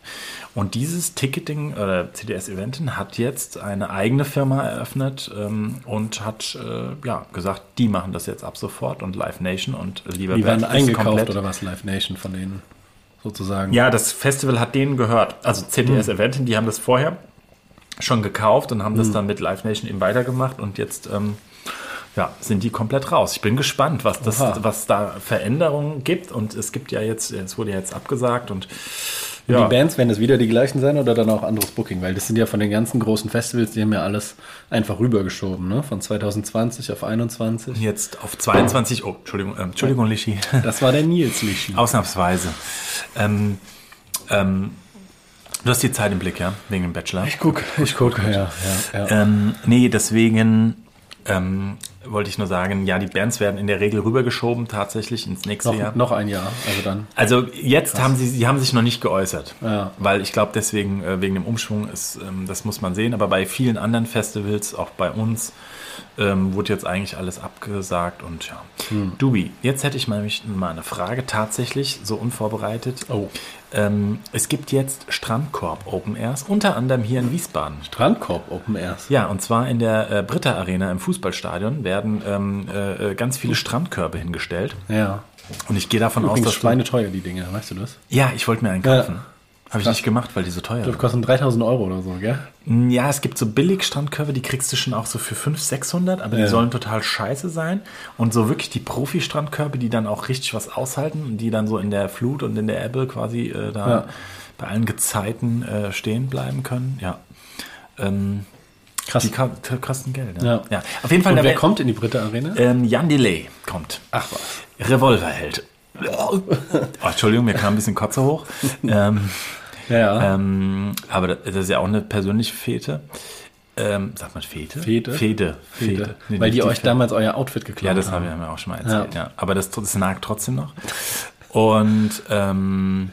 Speaker 3: Und dieses Ticketing äh, oder CDS Eventin hat jetzt eine eigene Firma eröffnet ähm, und hat äh, ja, gesagt, die machen das jetzt ab sofort und Live Nation und lieber
Speaker 2: Die
Speaker 3: Bert
Speaker 2: waren
Speaker 3: ist
Speaker 2: eingekauft
Speaker 3: komplett-
Speaker 2: oder was? Live Nation von denen. Sozusagen.
Speaker 3: Ja, das Festival hat denen gehört. Also CDS
Speaker 2: Hm.
Speaker 3: Eventin, die haben das vorher schon gekauft und haben das dann mit Live Nation eben weitergemacht und jetzt ähm, ja, sind die komplett raus. Ich bin gespannt, was, das,
Speaker 2: Oha.
Speaker 3: was da Veränderungen gibt. Und es gibt ja jetzt, es wurde ja jetzt abgesagt und
Speaker 2: Die Bands werden es wieder die gleichen sein oder dann auch anderes Booking? Weil das sind ja von den ganzen großen Festivals, die haben ja alles einfach rübergeschoben, ne? Von 2020 auf 21.
Speaker 3: jetzt auf 22, oh, Entschuldigung, ähm, Entschuldigung, Lischi.
Speaker 2: Das war der Nils Lishi.
Speaker 3: Ausnahmsweise. Ähm, ähm, du hast die Zeit im Blick, ja, wegen dem Bachelor.
Speaker 2: Ich guck, ich guck, ja, ja, ja.
Speaker 3: Ähm, nee, deswegen ähm, wollte ich nur sagen, ja, die Bands werden in der Regel rübergeschoben tatsächlich ins nächste
Speaker 2: noch,
Speaker 3: Jahr.
Speaker 2: noch ein Jahr, also dann.
Speaker 3: Also jetzt haben sie, sie haben sich noch nicht geäußert,
Speaker 2: Ja.
Speaker 3: weil ich glaube deswegen äh, wegen dem Umschwung ist, ähm, das muss man sehen. Aber bei vielen anderen Festivals, auch bei uns, ähm, wurde jetzt eigentlich alles abgesagt und ja.
Speaker 2: Hm.
Speaker 3: Dubi, jetzt hätte ich mal, mich, mal eine Frage tatsächlich so unvorbereitet.
Speaker 2: Oh.
Speaker 3: Ähm, es gibt jetzt Strandkorb Open Airs, unter anderem hier in Wiesbaden.
Speaker 2: Strandkorb Open Airs.
Speaker 3: Ja, und zwar in der äh, Britta Arena im Fußballstadion werden ähm, äh, äh, ganz viele Strandkörbe hingestellt.
Speaker 2: Ja.
Speaker 3: Und ich gehe davon aus,
Speaker 2: Übrigens
Speaker 3: dass du,
Speaker 2: schweineteuer, die Dinge, weißt du das?
Speaker 3: ja, ich wollte mir einen kaufen. Habe ich nicht gemacht, weil die so teuer
Speaker 2: Das kostet 3000 Euro oder so, gell?
Speaker 3: sind. Ja, es gibt so billig Strandkörbe, die kriegst du schon auch so für 500, 600, aber
Speaker 2: Ja.
Speaker 3: die sollen total scheiße sein. Und so wirklich die Profi-Strandkörbe, die dann auch richtig was aushalten und die dann so in der Flut und in der Ebbe quasi äh, da
Speaker 2: Ja.
Speaker 3: bei allen Gezeiten äh, stehen bleiben können. Ja. Ähm,
Speaker 2: Krass.
Speaker 3: die ka- t- kosten Geld. Ja.
Speaker 2: Ja.
Speaker 3: Ja. Auf jeden Fall,
Speaker 2: Und
Speaker 3: da
Speaker 2: wer
Speaker 3: wär-
Speaker 2: kommt in die Britta Arena?
Speaker 3: Ähm, Jan Delay kommt.
Speaker 2: Ach was.
Speaker 3: Revolverheld. Oh, Entschuldigung, mir kam ein bisschen Kotze hoch. Ähm,
Speaker 2: Ja.
Speaker 3: ähm, aber das ist ja auch eine persönliche Fete. Ähm, sagt man Fete?
Speaker 2: Fete?
Speaker 3: Fete.
Speaker 2: Fete.
Speaker 3: Fete. Nee,
Speaker 2: Weil
Speaker 3: nicht
Speaker 2: die euch
Speaker 3: Fete.
Speaker 2: damals euer Outfit geklaut
Speaker 3: Ja, das haben
Speaker 2: haben.
Speaker 3: wir haben wir auch schon mal erzählt. Ja. Aber das, das nagt trotzdem noch. Und, ähm,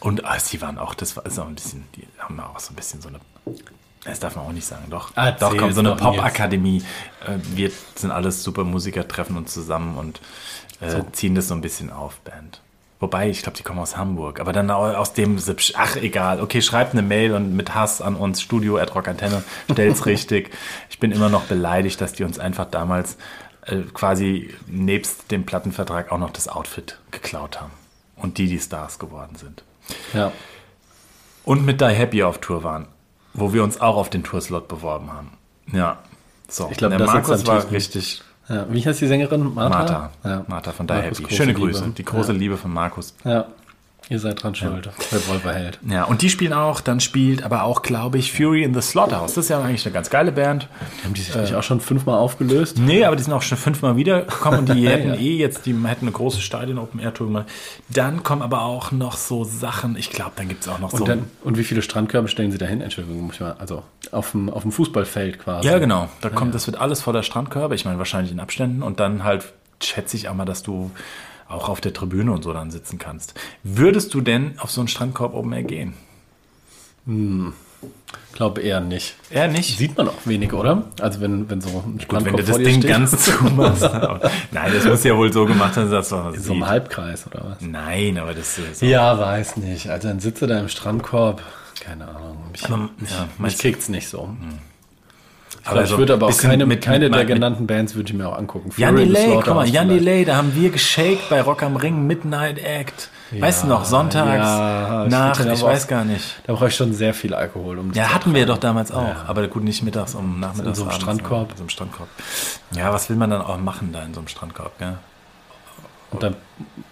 Speaker 3: und ah, sie waren auch, das war so ein bisschen, die haben auch so ein bisschen so eine, das darf man auch nicht sagen, doch.
Speaker 2: Erzähl's
Speaker 3: doch, komm, so eine
Speaker 2: doch, Nils.
Speaker 3: Pop-Akademie. Äh, wir sind alles super Musiker, treffen uns zusammen und äh, ziehen das so ein bisschen auf, Band. Wobei, ich glaube, die kommen aus Hamburg. Aber dann au- aus dem, Sipsch- ach egal, okay, schreibt eine Mail und mit Hass an uns, studio at rockantenne, stellt's richtig. Ich bin immer noch beleidigt, dass die uns einfach damals äh, quasi nebst dem Plattenvertrag auch noch das Outfit geklaut haben. Und die die Stars geworden sind.
Speaker 2: Ja.
Speaker 3: Und mit Die Happy auf Tour waren, wo wir uns auch auf den Tourslot beworben haben. Ja. So,
Speaker 2: Ich glaub,
Speaker 3: der
Speaker 2: das sitzt
Speaker 3: Markus
Speaker 2: am
Speaker 3: war
Speaker 2: tiefsten.
Speaker 3: richtig
Speaker 2: ja. Wie heißt die Sängerin? Martha?
Speaker 3: Martha.
Speaker 2: Ja.
Speaker 3: Martha von Die
Speaker 2: Markus,
Speaker 3: Happy.
Speaker 2: große
Speaker 3: Schöne
Speaker 2: Liebe.
Speaker 3: Grüße. Die große Liebe von Markus.
Speaker 2: Ja. Ihr seid dran schuld. Revolverheld.
Speaker 3: Ja, und die spielen auch, dann spielt aber auch, glaube ich, Fury in the Slaughterhouse. Das ist ja eigentlich eine ganz geile Band.
Speaker 2: Haben
Speaker 3: Äh.
Speaker 2: die sich nicht auch schon fünfmal aufgelöst?
Speaker 3: Nee, aber die sind auch schon fünfmal wiedergekommen und die hätten
Speaker 2: Ja.
Speaker 3: eh jetzt, die hätten eine große Stadion-Open-Air-Tour gemacht. Dann kommen aber auch noch so Sachen, ich glaube, dann gibt es auch noch so...
Speaker 2: Und, dann, und wie viele Strandkörbe stellen sie dahin? Entschuldigung, muss ich mal. Also auf dem, auf dem Fußballfeld quasi.
Speaker 3: ja, genau. Da kommt, das wird alles vor der Strandkörbe, ich meine wahrscheinlich in Abständen und dann halt schätze ich auch mal, dass du auch auf der Tribüne und so dann sitzen kannst. Würdest du denn auf so einen Strandkorb oben Air gehen?
Speaker 2: Glaube eher nicht.
Speaker 3: Eher nicht?
Speaker 2: Sieht man auch wenig, oder? Also wenn, wenn so ein
Speaker 3: Gut,
Speaker 2: Strandkorb
Speaker 3: wenn du das
Speaker 2: vor dir
Speaker 3: Ding
Speaker 2: steht,
Speaker 3: ganz zumachst. Aber- Nein, das muss ja wohl so gemacht sein, dass man das
Speaker 2: so im
Speaker 3: sieht.
Speaker 2: Halbkreis oder was?
Speaker 3: Nein, aber das ist so.
Speaker 2: Ja, weiß nicht. Also dann sitze da im Strandkorb. Keine Ahnung. Mich,
Speaker 3: Aber,
Speaker 2: mich,
Speaker 3: ja,
Speaker 2: mich
Speaker 3: meinst du- Hm.
Speaker 2: kriegt's nicht so. Ich,
Speaker 3: Aber
Speaker 2: glaub,
Speaker 3: so
Speaker 2: ich würde aber auch
Speaker 3: bisschen
Speaker 2: keine,
Speaker 3: mit-
Speaker 2: keine
Speaker 3: mit-
Speaker 2: der
Speaker 3: mit-
Speaker 2: genannten Bands würde ich mir auch angucken.
Speaker 3: Jan
Speaker 2: Fury in the
Speaker 3: Delay, guck mal,
Speaker 2: Slaughterhouse
Speaker 3: Jan
Speaker 2: vielleicht.
Speaker 3: Delay, da haben wir geshaked bei Rock am Ring, Midnight Act. weißt du noch, sonntags,
Speaker 2: ja, ich
Speaker 3: nach,
Speaker 2: find den
Speaker 3: ich,
Speaker 2: aber
Speaker 3: weiß
Speaker 2: auch-
Speaker 3: gar nicht.
Speaker 2: Da brauche ich schon sehr viel Alkohol, um das
Speaker 3: Ja,
Speaker 2: zu
Speaker 3: hatten wir doch damals auch, aber gut, nicht mittags, um nachmittags.
Speaker 2: so einem
Speaker 3: abends, ne?
Speaker 2: Strandkorb.
Speaker 3: In so einem Strandkorb. Ja, was will man dann auch machen da in so einem Strandkorb, gell?
Speaker 2: Und dann,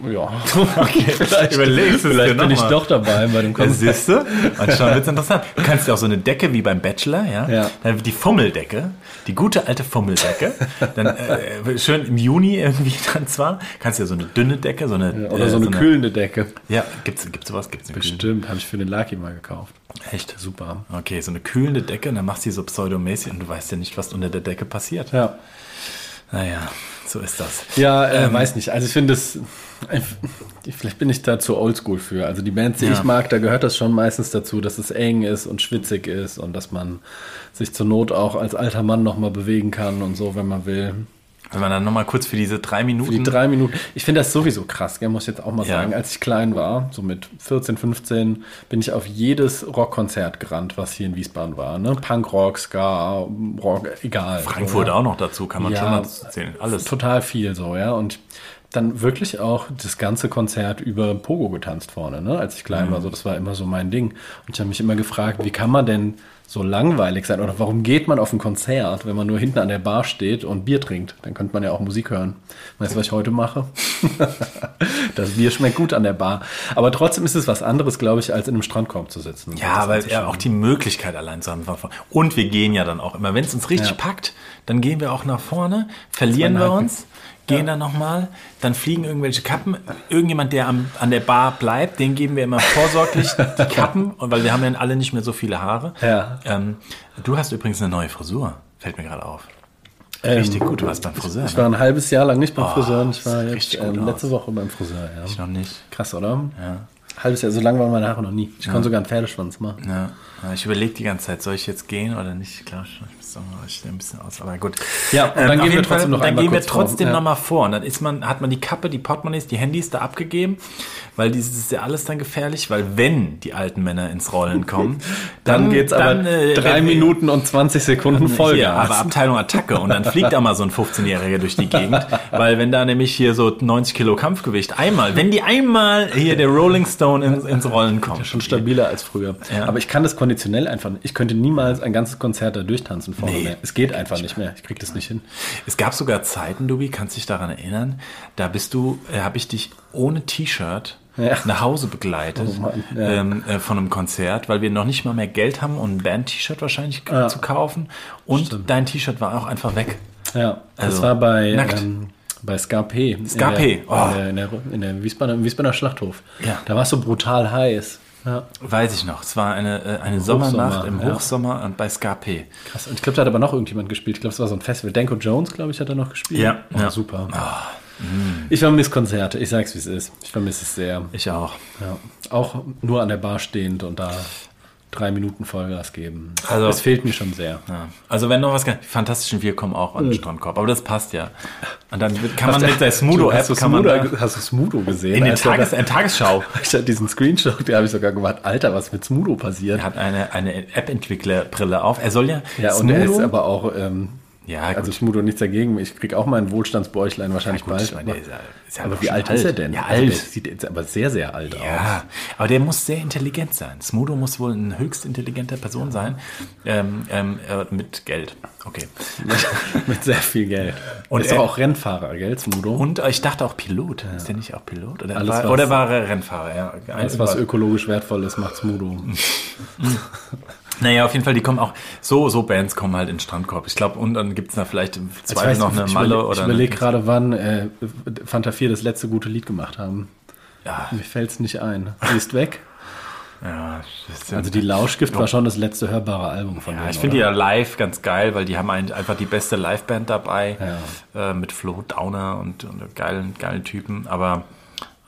Speaker 2: ja. Okay, vielleicht,
Speaker 3: Überlegst du es dir
Speaker 2: vielleicht bin
Speaker 3: noch
Speaker 2: ich
Speaker 3: mal.
Speaker 2: doch dabei bei dem Konzert.
Speaker 3: Siehst du? Und schon wird's interessant. Du kannst ja auch so eine Decke wie beim Bachelor, ja?
Speaker 2: Ja.
Speaker 3: Dann die Fummeldecke, die gute alte Fummeldecke. Dann äh, schön im Juni irgendwie dann zwar, kannst ja so eine dünne Decke, so eine.
Speaker 2: Oder
Speaker 3: äh,
Speaker 2: so eine kühlende Decke.
Speaker 3: Ja, gibt's, gibt's sowas? Gibt's eine kühlende?
Speaker 2: Stimmt, habe ich für den Lucky mal gekauft.
Speaker 3: Echt?
Speaker 2: Super.
Speaker 3: Okay, so eine kühlende Decke und dann machst du die so pseudomäßig und du weißt ja nicht, was unter der Decke passiert.
Speaker 2: Ja,
Speaker 3: Naja, so ist das.
Speaker 2: ja äh,
Speaker 3: Ähm.
Speaker 2: weiß nicht. Also ich finde es, ich- vielleicht bin ich da zu oldschool für. Also die Bands, die
Speaker 3: Ja.
Speaker 2: ich mag, da gehört das schon meistens dazu, dass es eng ist und schwitzig ist und dass man sich zur Not auch als alter Mann nochmal bewegen kann und so, wenn man will.
Speaker 3: Wenn man dann nochmal kurz für diese drei Minuten.
Speaker 2: Für die drei Minuten. Ich finde das sowieso krass, gell? muss ich jetzt auch mal
Speaker 3: Ja.
Speaker 2: sagen. Als ich klein war, so mit 14, 15, bin ich auf jedes Rockkonzert gerannt, was hier in Wiesbaden war. Ne? Punk, Rock, Ska, Rock, egal.
Speaker 3: Frankfurt
Speaker 2: So, ja.
Speaker 3: auch noch dazu, kann man
Speaker 2: Ja,
Speaker 3: schon mal erzählen. Alles.
Speaker 2: Total viel so, ja. Und dann wirklich auch das ganze Konzert über Pogo getanzt vorne, ne? als ich klein
Speaker 3: Mhm.
Speaker 2: war. So, das war immer so mein Ding. Und ich habe mich immer gefragt, wie kann man denn so langweilig sein oder warum geht man auf ein Konzert, wenn man nur hinten an der Bar steht und Bier trinkt? Dann könnte man ja auch Musik hören. Weißt du, was ich heute mache? das Bier schmeckt gut an der Bar. Aber trotzdem ist es was anderes, glaube ich, als in einem Strandkorb zu sitzen.
Speaker 3: Ja, aber ja, auch die Möglichkeit allein zu haben. von vorne. Und wir gehen ja dann auch immer, wenn es uns richtig
Speaker 2: Ja.
Speaker 3: packt, dann gehen wir auch nach vorne, verlieren wir
Speaker 2: Zweieinhalb
Speaker 3: uns, gehen dann nochmal, dann fliegen irgendwelche Kappen. Irgendjemand, der am, an der Bar bleibt, den geben wir immer vorsorglich die Kappen, und weil wir haben ja alle nicht mehr so viele Haare.
Speaker 2: Ja.
Speaker 3: Ähm, du hast übrigens eine neue Frisur, fällt mir gerade auf.
Speaker 2: Ähm,
Speaker 3: Richtig gut, du warst beim Friseur. ne?
Speaker 2: Ich war ein halbes Jahr lang nicht beim Friseur und ich
Speaker 3: das
Speaker 2: war
Speaker 3: sieht
Speaker 2: jetzt
Speaker 3: richtig
Speaker 2: ähm,
Speaker 3: gut
Speaker 2: letzte
Speaker 3: aus.
Speaker 2: Woche beim Friseur. Ja.
Speaker 3: Ich noch nicht.
Speaker 2: Krass, oder?
Speaker 3: Ja.
Speaker 2: Halbes Jahr, so lange waren meine Haare noch nie. Ich konnte sogar einen Pferdeschwanz machen.
Speaker 3: Ja, ja, ich überlege die ganze Zeit, soll ich jetzt gehen oder nicht? Klar, schon, ich muss doch mal ich stell ein bisschen aus, aber gut. Ähm,
Speaker 2: Ja, und dann
Speaker 3: auf
Speaker 2: gehen wir
Speaker 3: jeden
Speaker 2: trotzdem noch
Speaker 3: Dann
Speaker 2: einmal
Speaker 3: gehen wir
Speaker 2: kurz vor.
Speaker 3: trotzdem
Speaker 2: Ja.
Speaker 3: nochmal vor und dann ist man, hat man die Kappe, die Portemonnaies, die Handys da abgegeben, weil dieses ist ja alles dann gefährlich, weil wenn die alten Männer ins Rollen kommen, dann,
Speaker 2: geht's
Speaker 3: dann, äh,
Speaker 2: drei
Speaker 3: wenn-
Speaker 2: Minuten und 20 Sekunden
Speaker 3: hier, aber
Speaker 2: Vollgas.
Speaker 3: Abteilung Attacke und dann fliegt da mal so ein 15-Jähriger durch die Gegend, weil wenn da nämlich hier so 90 Kilo Kampfgewicht einmal, wenn die einmal hier der Rolling Stone ins, ins Rollen kommt.
Speaker 2: Schon stabiler als früher.
Speaker 3: Ja.
Speaker 2: Aber ich kann das konditionell einfach nicht. Ich könnte niemals ein ganzes Konzert da durchtanzen vorne
Speaker 3: Nee.
Speaker 2: mehr. Es geht einfach nicht mehr. Ich krieg das nicht hin.
Speaker 3: Es gab sogar Zeiten, Dubi, kannst dich daran erinnern, da bist du, äh, habe ich dich ohne T-Shirt
Speaker 2: Ja.
Speaker 3: nach Hause begleitet
Speaker 2: Oh Mann, ja.
Speaker 3: ähm, äh, von einem Konzert, weil wir noch nicht mal mehr Geld haben, um ein Band-T-Shirt wahrscheinlich k-
Speaker 2: Ja.
Speaker 3: zu kaufen. Und dein T-Shirt war auch einfach weg.
Speaker 2: Ja, das
Speaker 3: Also,
Speaker 2: war bei,
Speaker 3: nackt.
Speaker 2: ähm, bei Scarpe.
Speaker 3: Scarpe,
Speaker 2: In der,
Speaker 3: oh.
Speaker 2: in der, in der, in der Wiesbadener, im Wiesbadener Schlachthof.
Speaker 3: Ja.
Speaker 2: Da war es so brutal heiß. Ja,
Speaker 3: Weiß ich noch. Es war eine, äh, eine Sommernacht im
Speaker 2: ja.
Speaker 3: Hochsommer und bei Scarpe.
Speaker 2: krass. Und ich glaube, da hat aber noch irgendjemand gespielt. Ich glaube, es war so ein Festival. Danko Jones, glaube ich, hat da noch gespielt.
Speaker 3: Ja,
Speaker 2: oh,
Speaker 3: ja. Ah, mm.
Speaker 2: super. Ich vermisse Konzerte. Ich sag's, wie es ist. Ich vermisse es sehr.
Speaker 3: Ich auch.
Speaker 2: Ja. Auch nur an der Bar stehend und da drei Minuten Vollgas geben.
Speaker 3: Also-
Speaker 2: es fehlt mir schon sehr.
Speaker 3: Ja. Also wenn noch was kann, die Fantastischen Vier kommen auch an den Strandkorb, aber das passt ja. Und dann wird- kann man mit der
Speaker 2: hast
Speaker 3: Smudo-App
Speaker 2: du
Speaker 3: kann man
Speaker 2: Smudo, Also,
Speaker 3: da-
Speaker 2: hast du Smudo gesehen?
Speaker 3: in den
Speaker 2: Als er
Speaker 3: Tages
Speaker 2: da-
Speaker 3: in Tagesschau
Speaker 2: Ich hatte diesen Screenshot, den habe ich sogar gemacht. Alter, was mit Smudo passiert.
Speaker 3: Er hat eine, eine App-Entwicklerbrille auf. Er soll ja.
Speaker 2: Ja, und er
Speaker 3: Smudo-
Speaker 2: ist aber auch, ähm,
Speaker 3: Ja, gut.
Speaker 2: also Schmudo nichts dagegen. Ich krieg auch mein Wohlstandsbäuchlein wahrscheinlich
Speaker 3: gut,
Speaker 2: bald.
Speaker 3: ich meine,
Speaker 2: aber
Speaker 3: der ist ja- ist ja
Speaker 2: aber
Speaker 3: doch
Speaker 2: wie
Speaker 3: schon
Speaker 2: alt, ist er
Speaker 3: alt.
Speaker 2: denn?
Speaker 3: Ja,
Speaker 2: Also
Speaker 3: alt.
Speaker 2: der sieht jetzt aber sehr, sehr alt aus.
Speaker 3: Ja, aber der muss sehr intelligent sein. Smudo muss wohl eine höchst intelligente Person sein. Ähm, ähm, äh, mit Geld. Okay.
Speaker 2: Mit sehr viel Geld. Und
Speaker 3: Und
Speaker 2: ist doch
Speaker 3: er-
Speaker 2: auch Rennfahrer, gell, Smudo?
Speaker 3: Und äh, ich dachte auch Pilot. Ist der nicht auch Pilot? Oder,
Speaker 2: Alles,
Speaker 3: war,
Speaker 2: was-
Speaker 3: oder war er Rennfahrer? Ja,
Speaker 2: Alles, was
Speaker 3: war-
Speaker 2: ökologisch wertvoll ist, macht Smudo.
Speaker 3: Naja, auf jeden Fall, die kommen auch. So, so Bands kommen halt in den Strandkorb. Ich glaube, und dann gibt es da vielleicht im Zweifel noch eine
Speaker 2: ich
Speaker 3: Malle
Speaker 2: überleg-
Speaker 3: oder.
Speaker 2: Ich
Speaker 3: eine-
Speaker 2: überlege gerade, wann äh, Fanta 4 das letzte gute Lied gemacht haben.
Speaker 3: Ja,
Speaker 2: Mir fällt es nicht ein. Sie ist weg.
Speaker 3: ja, das
Speaker 2: Also die Lauschgift war schon das letzte hörbare Album von
Speaker 3: Ja,
Speaker 2: denen,
Speaker 3: ich finde die
Speaker 2: Genau, oder?
Speaker 3: ja live ganz geil, weil die haben ein, einfach die beste Liveband dabei äh, mit Flo Downer und, und geilen, geilen Typen. Aber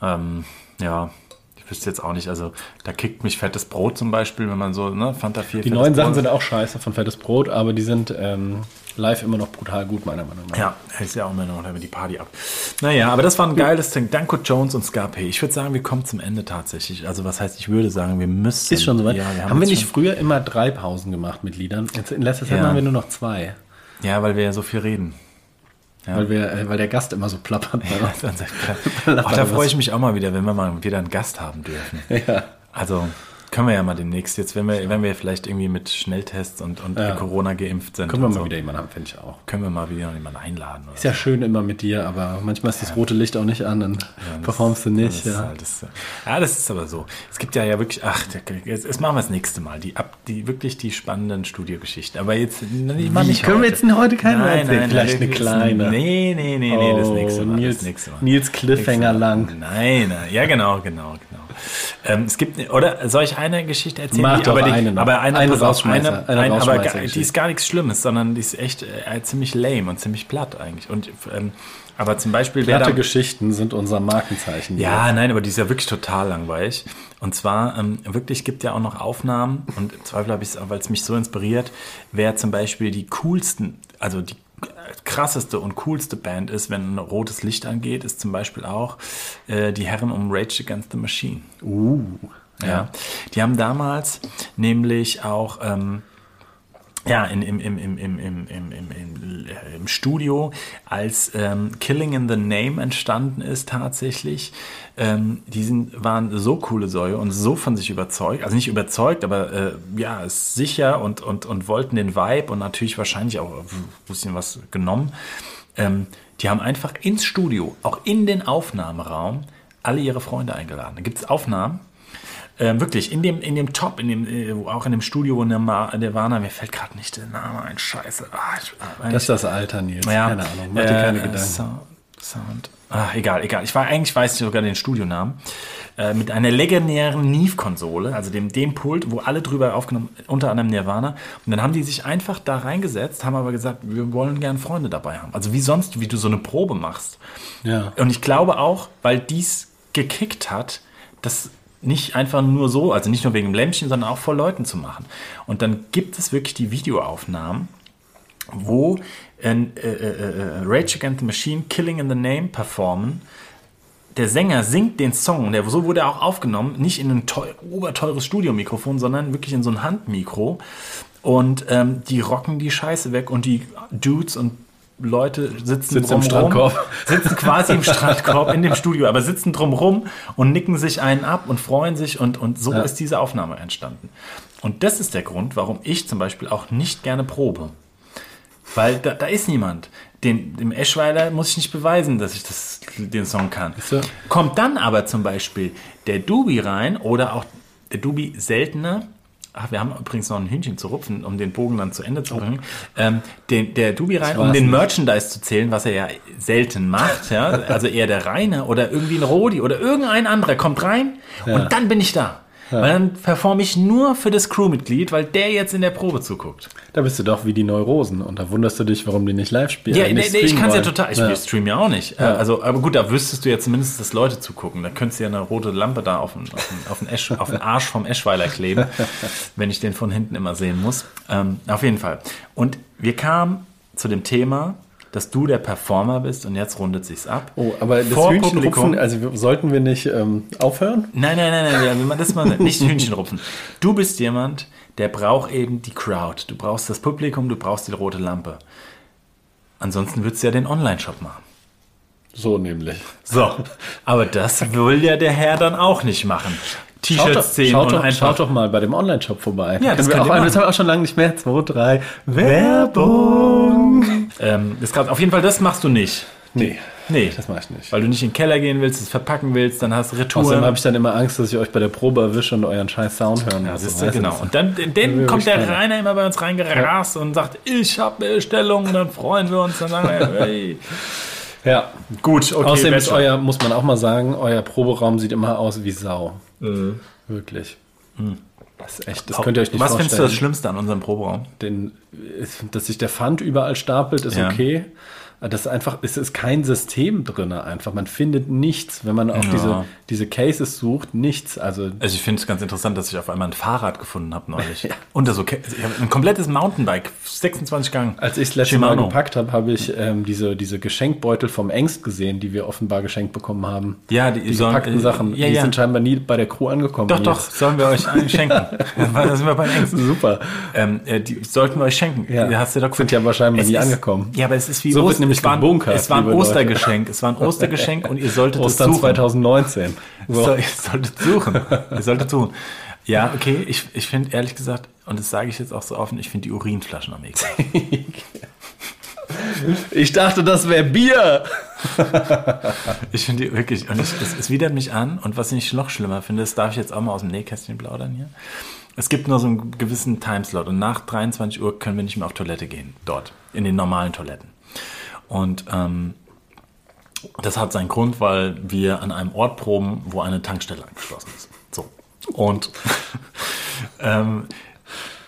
Speaker 3: ähm, ja, ich wüsste jetzt auch nicht. Also da kickt mich fettes Brot zum Beispiel, wenn man so ne Fanta 4.
Speaker 2: Die
Speaker 3: fettes
Speaker 2: neuen Sachen
Speaker 3: Brot.
Speaker 2: sind auch scheiße von Fettes Brot, aber die sind ähm, live immer noch brutal gut, meiner Meinung nach.
Speaker 3: ja, hält ja auch immer noch damit die Party ab. Naja, aber das war ein geiles Ding. Danko Jones und Scarpe. Ich würde sagen, wir kommen zum Ende tatsächlich. Also was heißt, ich würde sagen, wir müssen.
Speaker 2: Ist schon soweit.
Speaker 3: Ja, wir haben,
Speaker 2: haben wir
Speaker 3: jetzt
Speaker 2: nicht früher immer drei Pausen gemacht mit Liedern? Jetzt in letzter Zeit
Speaker 3: Ja.
Speaker 2: machen wir nur noch zwei,
Speaker 3: Schon, ja, weil wir ja so viel reden.
Speaker 2: weil, wir, äh, weil der Gast immer so plappert.
Speaker 3: Das ist
Speaker 2: Lass
Speaker 3: Auch
Speaker 2: mal
Speaker 3: da
Speaker 2: was.
Speaker 3: freue ich mich auch mal wieder, wenn wir mal wieder einen Gast haben dürfen.
Speaker 2: Ja.
Speaker 3: Also können wir ja mal demnächst jetzt, wenn wir, wenn wir vielleicht irgendwie mit Schnelltests und, und Corona geimpft sind.
Speaker 2: Können wir
Speaker 3: und
Speaker 2: mal
Speaker 3: so,
Speaker 2: wieder jemanden haben, finde ich auch.
Speaker 3: Können wir mal wieder jemanden einladen. Oder
Speaker 2: Ist ja schön immer mit dir, aber manchmal ist das rote Licht auch nicht an, dann performst du nicht.
Speaker 3: Das ist
Speaker 2: Ja.
Speaker 3: halt das, ja, das ist aber so. Es gibt ja ja wirklich, ach, der- jetzt, jetzt machen wir das nächste Mal. Die, ab, die wirklich die spannenden Studiogeschichten. Aber jetzt nicht, mal nicht
Speaker 2: Können wir
Speaker 3: heute.
Speaker 2: jetzt n- heute keine
Speaker 3: nein,
Speaker 2: erzählen?
Speaker 3: nein,
Speaker 2: Vielleicht
Speaker 3: nein,
Speaker 2: eine
Speaker 3: das-
Speaker 2: kleine.
Speaker 3: Nee, nee, nee, nee, das
Speaker 2: Oh,
Speaker 3: nächste Mal.
Speaker 2: Nils-
Speaker 3: das nächste Mal.
Speaker 2: Nils Cliffhanger
Speaker 3: Nächste Mal.
Speaker 2: lang.
Speaker 3: Nein, nein, ja, genau, genau, genau. Ähm, es gibt, oder soll ich eine Geschichte erzählen?
Speaker 2: Mach doch
Speaker 3: aber die,
Speaker 2: eine noch.
Speaker 3: aber eine,
Speaker 2: Eine
Speaker 3: pass auf,
Speaker 2: Rausschmeißer,
Speaker 3: eine,
Speaker 2: eine
Speaker 3: eine aber
Speaker 2: Rausschmeißer-
Speaker 3: gar, die ist gar nichts Schlimmes, sondern die ist echt äh, ziemlich lame und ziemlich platt eigentlich. Und, ähm, aber zum Beispiel, wer
Speaker 2: Platte
Speaker 3: da-
Speaker 2: Geschichten sind unser Markenzeichen.
Speaker 3: ja, nein, aber die ist ja wirklich total langweilig. Und zwar, ähm, wirklich gibt ja auch noch Aufnahmen und im Zweifel habe ich es, weil es mich so inspiriert, wer zum Beispiel die coolsten, also die krasseste und coolste Band ist, wenn ein rotes Licht angeht, ist zum Beispiel auch äh, die Herren um Rage Against the Machine. Uh. Ja. Die haben damals nämlich auch. Ähm, ja, in, im, im, im, im, im, im, im, im, äh, im Studio, als ähm, Killing in the Name entstanden ist tatsächlich. Ähm, die sind, waren so coole Säue und so von sich überzeugt, also nicht überzeugt, aber äh, ja, ist sicher und, und, und wollten den Vibe und natürlich wahrscheinlich auch ein bisschen was genommen. Ähm, die haben einfach ins Studio, auch in den Aufnahmeraum, alle ihre Freunde eingeladen. Da gibt es Aufnahmen. Ähm, wirklich, in dem, in dem Top, in dem, äh, wo- auch in dem Studio, wo Nirma- äh, Nirvana, mir fällt gerade nicht der Name ein, scheiße. Ah, ich, ah,
Speaker 2: Das ist das Alter, Nils.
Speaker 3: ja. äh,
Speaker 2: Keine Ahnung, mach dir keine Gedanken.
Speaker 3: Sound, Sound. Ach, egal, egal. Ich war eigentlich weiß ich sogar den Studionamen. Äh, mit einer legendären Neve-Konsole, also dem, dem Pult, wo alle drüber aufgenommen, unter anderem Nirvana. Und dann haben die sich einfach da reingesetzt, haben aber gesagt, wir wollen gern Freunde dabei haben. Also wie sonst, wie du so eine Probe machst.
Speaker 2: Ja.
Speaker 3: Und ich glaube auch, weil dies gekickt hat, das nicht einfach nur so, also nicht nur wegen dem Lämpchen, sondern auch vor Leuten zu machen. Und dann gibt es wirklich die Videoaufnahmen, wo äh, äh, äh, äh, Rage Against the Machine, Killing in the Name performen. Der Sänger singt den Song, der, so wurde er auch aufgenommen, nicht in ein teu, oberteures Studiomikrofon, sondern wirklich in so ein Handmikro. Und ähm, die rocken die Scheiße weg und die Dudes und Leute
Speaker 2: Sitzen
Speaker 3: sitzen
Speaker 2: im
Speaker 3: drumrum,
Speaker 2: Strandkorb.
Speaker 3: sitzen quasi im Strandkorb in dem Studio, aber sitzen drumrum und nicken sich einen ab und freuen sich und, und so ist diese Aufnahme entstanden. Und das ist der Grund, warum ich zum Beispiel auch nicht gerne probe. Weil da, da ist niemand. Den, dem Eschweiler muss ich nicht beweisen, dass ich das, den Song kann.
Speaker 2: du?
Speaker 3: Kommt dann aber zum Beispiel der Dubi rein oder auch der Dubi seltener. Ach, wir haben übrigens noch ein Hühnchen zu rupfen, um den Bogen dann zu Ende zu bringen. Ähm, den, der Dubi rein, um
Speaker 2: war's
Speaker 3: den Merchandise zu zählen, was er ja selten macht. Ja? Also eher der Rainer oder irgendwie ein Rodi oder irgendein anderer kommt rein und dann bin ich da. Weil dann performe ich nur für das Crewmitglied, weil der jetzt in der Probe zuguckt.
Speaker 2: Da bist du doch wie die Neurosen und da wunderst du dich, warum die nicht live spielen.
Speaker 3: Ja,
Speaker 2: äh,
Speaker 3: nee,
Speaker 2: nicht
Speaker 3: nee, ich
Speaker 2: streamen
Speaker 3: kann es ja
Speaker 2: wollen.
Speaker 3: total. Ich
Speaker 2: Ja.
Speaker 3: stream ja auch nicht. Äh, Also, aber gut, da wüsstest du ja zumindest, dass Leute zugucken. Da könntest du ja eine rote Lampe da auf den, auf den, auf den, Esch, auf den Arsch vom Eschweiler kleben, wenn ich den von hinten immer sehen muss. Ähm, auf jeden Fall. Und wir kamen zu dem Thema, dass du der Performer bist und jetzt rundet sich's ab.
Speaker 2: Oh, aber das
Speaker 3: Vor
Speaker 2: Hühnchenrupfen,
Speaker 3: Publikum-
Speaker 2: also wir- sollten wir nicht ähm, aufhören?
Speaker 3: Nein, nein, nein, nein, wir machen das mal nicht. nicht Hühnchenrupfen. Du bist jemand, der braucht eben die Crowd. Du brauchst das Publikum, du brauchst die rote Lampe. Ansonsten würdest du ja den Online-Shop machen.
Speaker 2: So nämlich.
Speaker 3: So, aber das will ja der Herr dann auch nicht machen.
Speaker 2: Schaut doch,
Speaker 3: T-Shirts sehen
Speaker 2: schaut,
Speaker 3: und
Speaker 2: doch,
Speaker 3: einfach.
Speaker 2: schaut doch mal bei dem Online-Shop vorbei.
Speaker 3: Ja,
Speaker 2: Können
Speaker 3: das
Speaker 2: wir
Speaker 3: könnt
Speaker 2: auch,
Speaker 3: ihr
Speaker 2: einmal-
Speaker 3: machen.
Speaker 2: das haben wir auch schon lange nicht mehr. 2, 3, Werbung.
Speaker 3: Ähm, das kann, auf jeden Fall, das machst du nicht.
Speaker 2: Nee,
Speaker 3: Nee,
Speaker 2: das mache ich nicht.
Speaker 3: weil du nicht in den Keller gehen willst, es verpacken willst, dann hast du
Speaker 2: Außerdem habe
Speaker 3: Retouren.
Speaker 2: ich dann immer Angst, dass ich euch bei der Probe erwische und euren scheiß Sound hören
Speaker 3: Ja,
Speaker 2: muss.
Speaker 3: siehst
Speaker 2: Weißt
Speaker 3: du,
Speaker 2: du,
Speaker 3: genau.
Speaker 2: das-
Speaker 3: Und dann, dann
Speaker 2: wir
Speaker 3: kommt der
Speaker 2: gespannt.
Speaker 3: Rainer immer bei uns reingerast und sagt, ich habe eine Stellung und dann freuen wir uns. Dann sagen wir, hey.
Speaker 2: Ja.
Speaker 3: Gut, okay.
Speaker 2: Außerdem ist
Speaker 3: besser.
Speaker 2: euer, muss man auch mal sagen, euer Proberaum sieht immer aus wie Sau. Wirklich. Das ist echt, das könnt ihr euch nicht
Speaker 3: Mhm. Was
Speaker 2: vorstellen.
Speaker 3: findest du das Schlimmste an unserem Proberaum?
Speaker 2: den, ist- dass sich der Pfand überall stapelt, ist
Speaker 3: Ja.
Speaker 2: okay. Das ist einfach, es ist kein System drin einfach. Man findet nichts, wenn man auf
Speaker 3: Ja.
Speaker 2: diese, diese Cases sucht, nichts. Also
Speaker 3: Also ich finde es ganz interessant, dass ich auf einmal ein Fahrrad gefunden habe neulich. Und das okay. Ich hab ein komplettes Mountainbike, 26 Gang.
Speaker 2: als ich das letzte Mal
Speaker 3: Shimano.
Speaker 2: gepackt habe, habe ich ähm, diese, diese Geschenkbeutel vom Engst gesehen, die wir offenbar geschenkt bekommen haben.
Speaker 3: Ja, die,
Speaker 2: Die
Speaker 3: sollen-
Speaker 2: gepackten
Speaker 3: äh,
Speaker 2: Sachen,
Speaker 3: Ja,
Speaker 2: die
Speaker 3: ja.
Speaker 2: sind scheinbar nie bei der Crew angekommen.
Speaker 3: doch, doch,
Speaker 2: Nils.
Speaker 3: sollen wir euch einen schenken. da sind wir beim Ängsten.
Speaker 2: Super.
Speaker 3: Ähm, äh, die sollten wir euch schenken.
Speaker 2: Ja.
Speaker 3: Die hast du doch
Speaker 2: Sind ja wahrscheinlich
Speaker 3: Es
Speaker 2: nie
Speaker 3: ist-
Speaker 2: angekommen.
Speaker 3: Ja, aber es ist wie
Speaker 2: So wird
Speaker 3: Ost-
Speaker 2: nämlich
Speaker 3: es war, ein-
Speaker 2: gebunkert,
Speaker 3: Es war ein
Speaker 2: liebe Leute.
Speaker 3: Ostergeschenk. Es war ein Ostergeschenk und ihr solltet
Speaker 2: Ostern
Speaker 3: es suchen.
Speaker 2: 2019. So.
Speaker 3: So, ihr solltet suchen. ihr solltet suchen. Ja, okay, ich, ich finde ehrlich gesagt, und das sage ich jetzt auch so offen, ich finde die Urinflaschen am ekelsten.
Speaker 2: Ich dachte, das wäre Bier.
Speaker 3: Ich finde die wirklich, und ich, es, es widert mich an. Und was ich noch schlimmer finde, das darf ich jetzt auch mal aus dem Nähkästchen plaudern hier. Es gibt nur so einen gewissen Timeslot und nach 23 Uhr können wir nicht mehr auf Toilette gehen, dort, in den normalen Toiletten. Und ähm, das hat seinen Grund, weil wir an einem Ort proben, wo eine Tankstelle angeschlossen ist. So. Und ähm,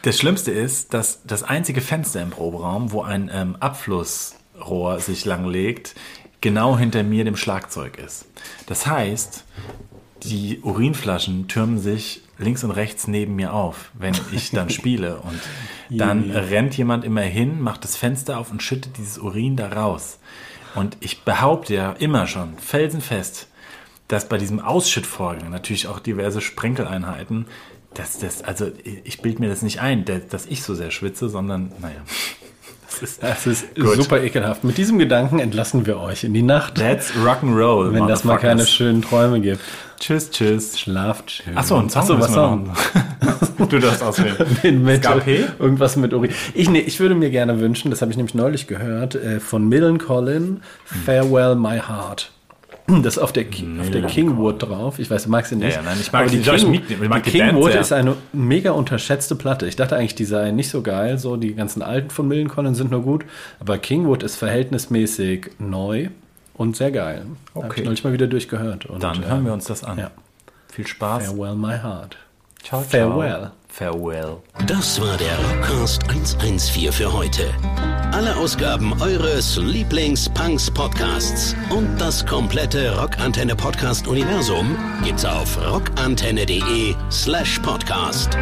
Speaker 3: das Schlimmste ist, dass das einzige Fenster im Proberaum, wo ein ähm, Abflussrohr sich langlegt, genau hinter mir dem Schlagzeug ist. Das heißt, die Urinflaschen türmen sich links und rechts neben mir auf, wenn ich dann spiele. Und dann rennt jemand immer hin, macht das Fenster auf und schüttet dieses Urin da raus. Und ich behaupte ja immer schon, felsenfest, dass bei diesem Ausschüttvorgang natürlich auch diverse Sprenkeleinheiten, dass das, also ich bilde mir das nicht ein, dass- dass ich so sehr schwitze, sondern naja. Das ist,
Speaker 2: Das ist
Speaker 3: Gut.
Speaker 2: super ekelhaft. Mit diesem Gedanken entlassen wir euch in die Nacht.
Speaker 3: That's rock'n'roll.
Speaker 2: Wenn das mal keine
Speaker 3: motherfuckers.
Speaker 2: schönen Träume gibt.
Speaker 3: Tschüss, tschüss.
Speaker 2: Schlaft schön.
Speaker 3: Achso, ein Song.
Speaker 2: Ach so, was
Speaker 3: müssen wir
Speaker 2: Song?
Speaker 3: noch. du darfst auswählen.
Speaker 2: Den mit
Speaker 3: Skapé?
Speaker 2: Irgendwas mit Uri. Ich, nee, ich würde mir gerne wünschen, das habe ich nämlich neulich gehört, äh, von Millen Collin, Farewell My Heart. Das ist auf der, Ki- auf der
Speaker 3: Millen
Speaker 2: Kingwood drauf. Ich weiß, du magst ihn nicht.
Speaker 3: Ja, ja, nein, ich mag
Speaker 2: Aber
Speaker 3: sie
Speaker 2: die
Speaker 3: nicht, aber
Speaker 2: King,
Speaker 3: ich mag die- ich mag
Speaker 2: die
Speaker 3: die Band
Speaker 2: Kingwood
Speaker 3: sehr.
Speaker 2: ist eine mega unterschätzte Platte. Ich dachte eigentlich, die sei nicht so geil. So, die ganzen alten von Millen Collin sind nur gut. Aber Kingwood ist verhältnismäßig neu und sehr geil. Okay. Habe
Speaker 3: Okay.
Speaker 2: ich neulich mal wieder durchgehört. Und,
Speaker 3: Dann
Speaker 2: äh,
Speaker 3: hören wir uns das an.
Speaker 2: ja.
Speaker 3: Viel Spaß.
Speaker 2: Farewell My Heart.
Speaker 3: Ciao,
Speaker 2: Farewell.
Speaker 3: Farewell.
Speaker 1: Das war der Rockcast 114 für heute. Alle Ausgaben eures Lieblings-Punks-Podcasts und das komplette Rockantenne-Podcast-Universum gibt's auf rockantenne.de/slash podcast.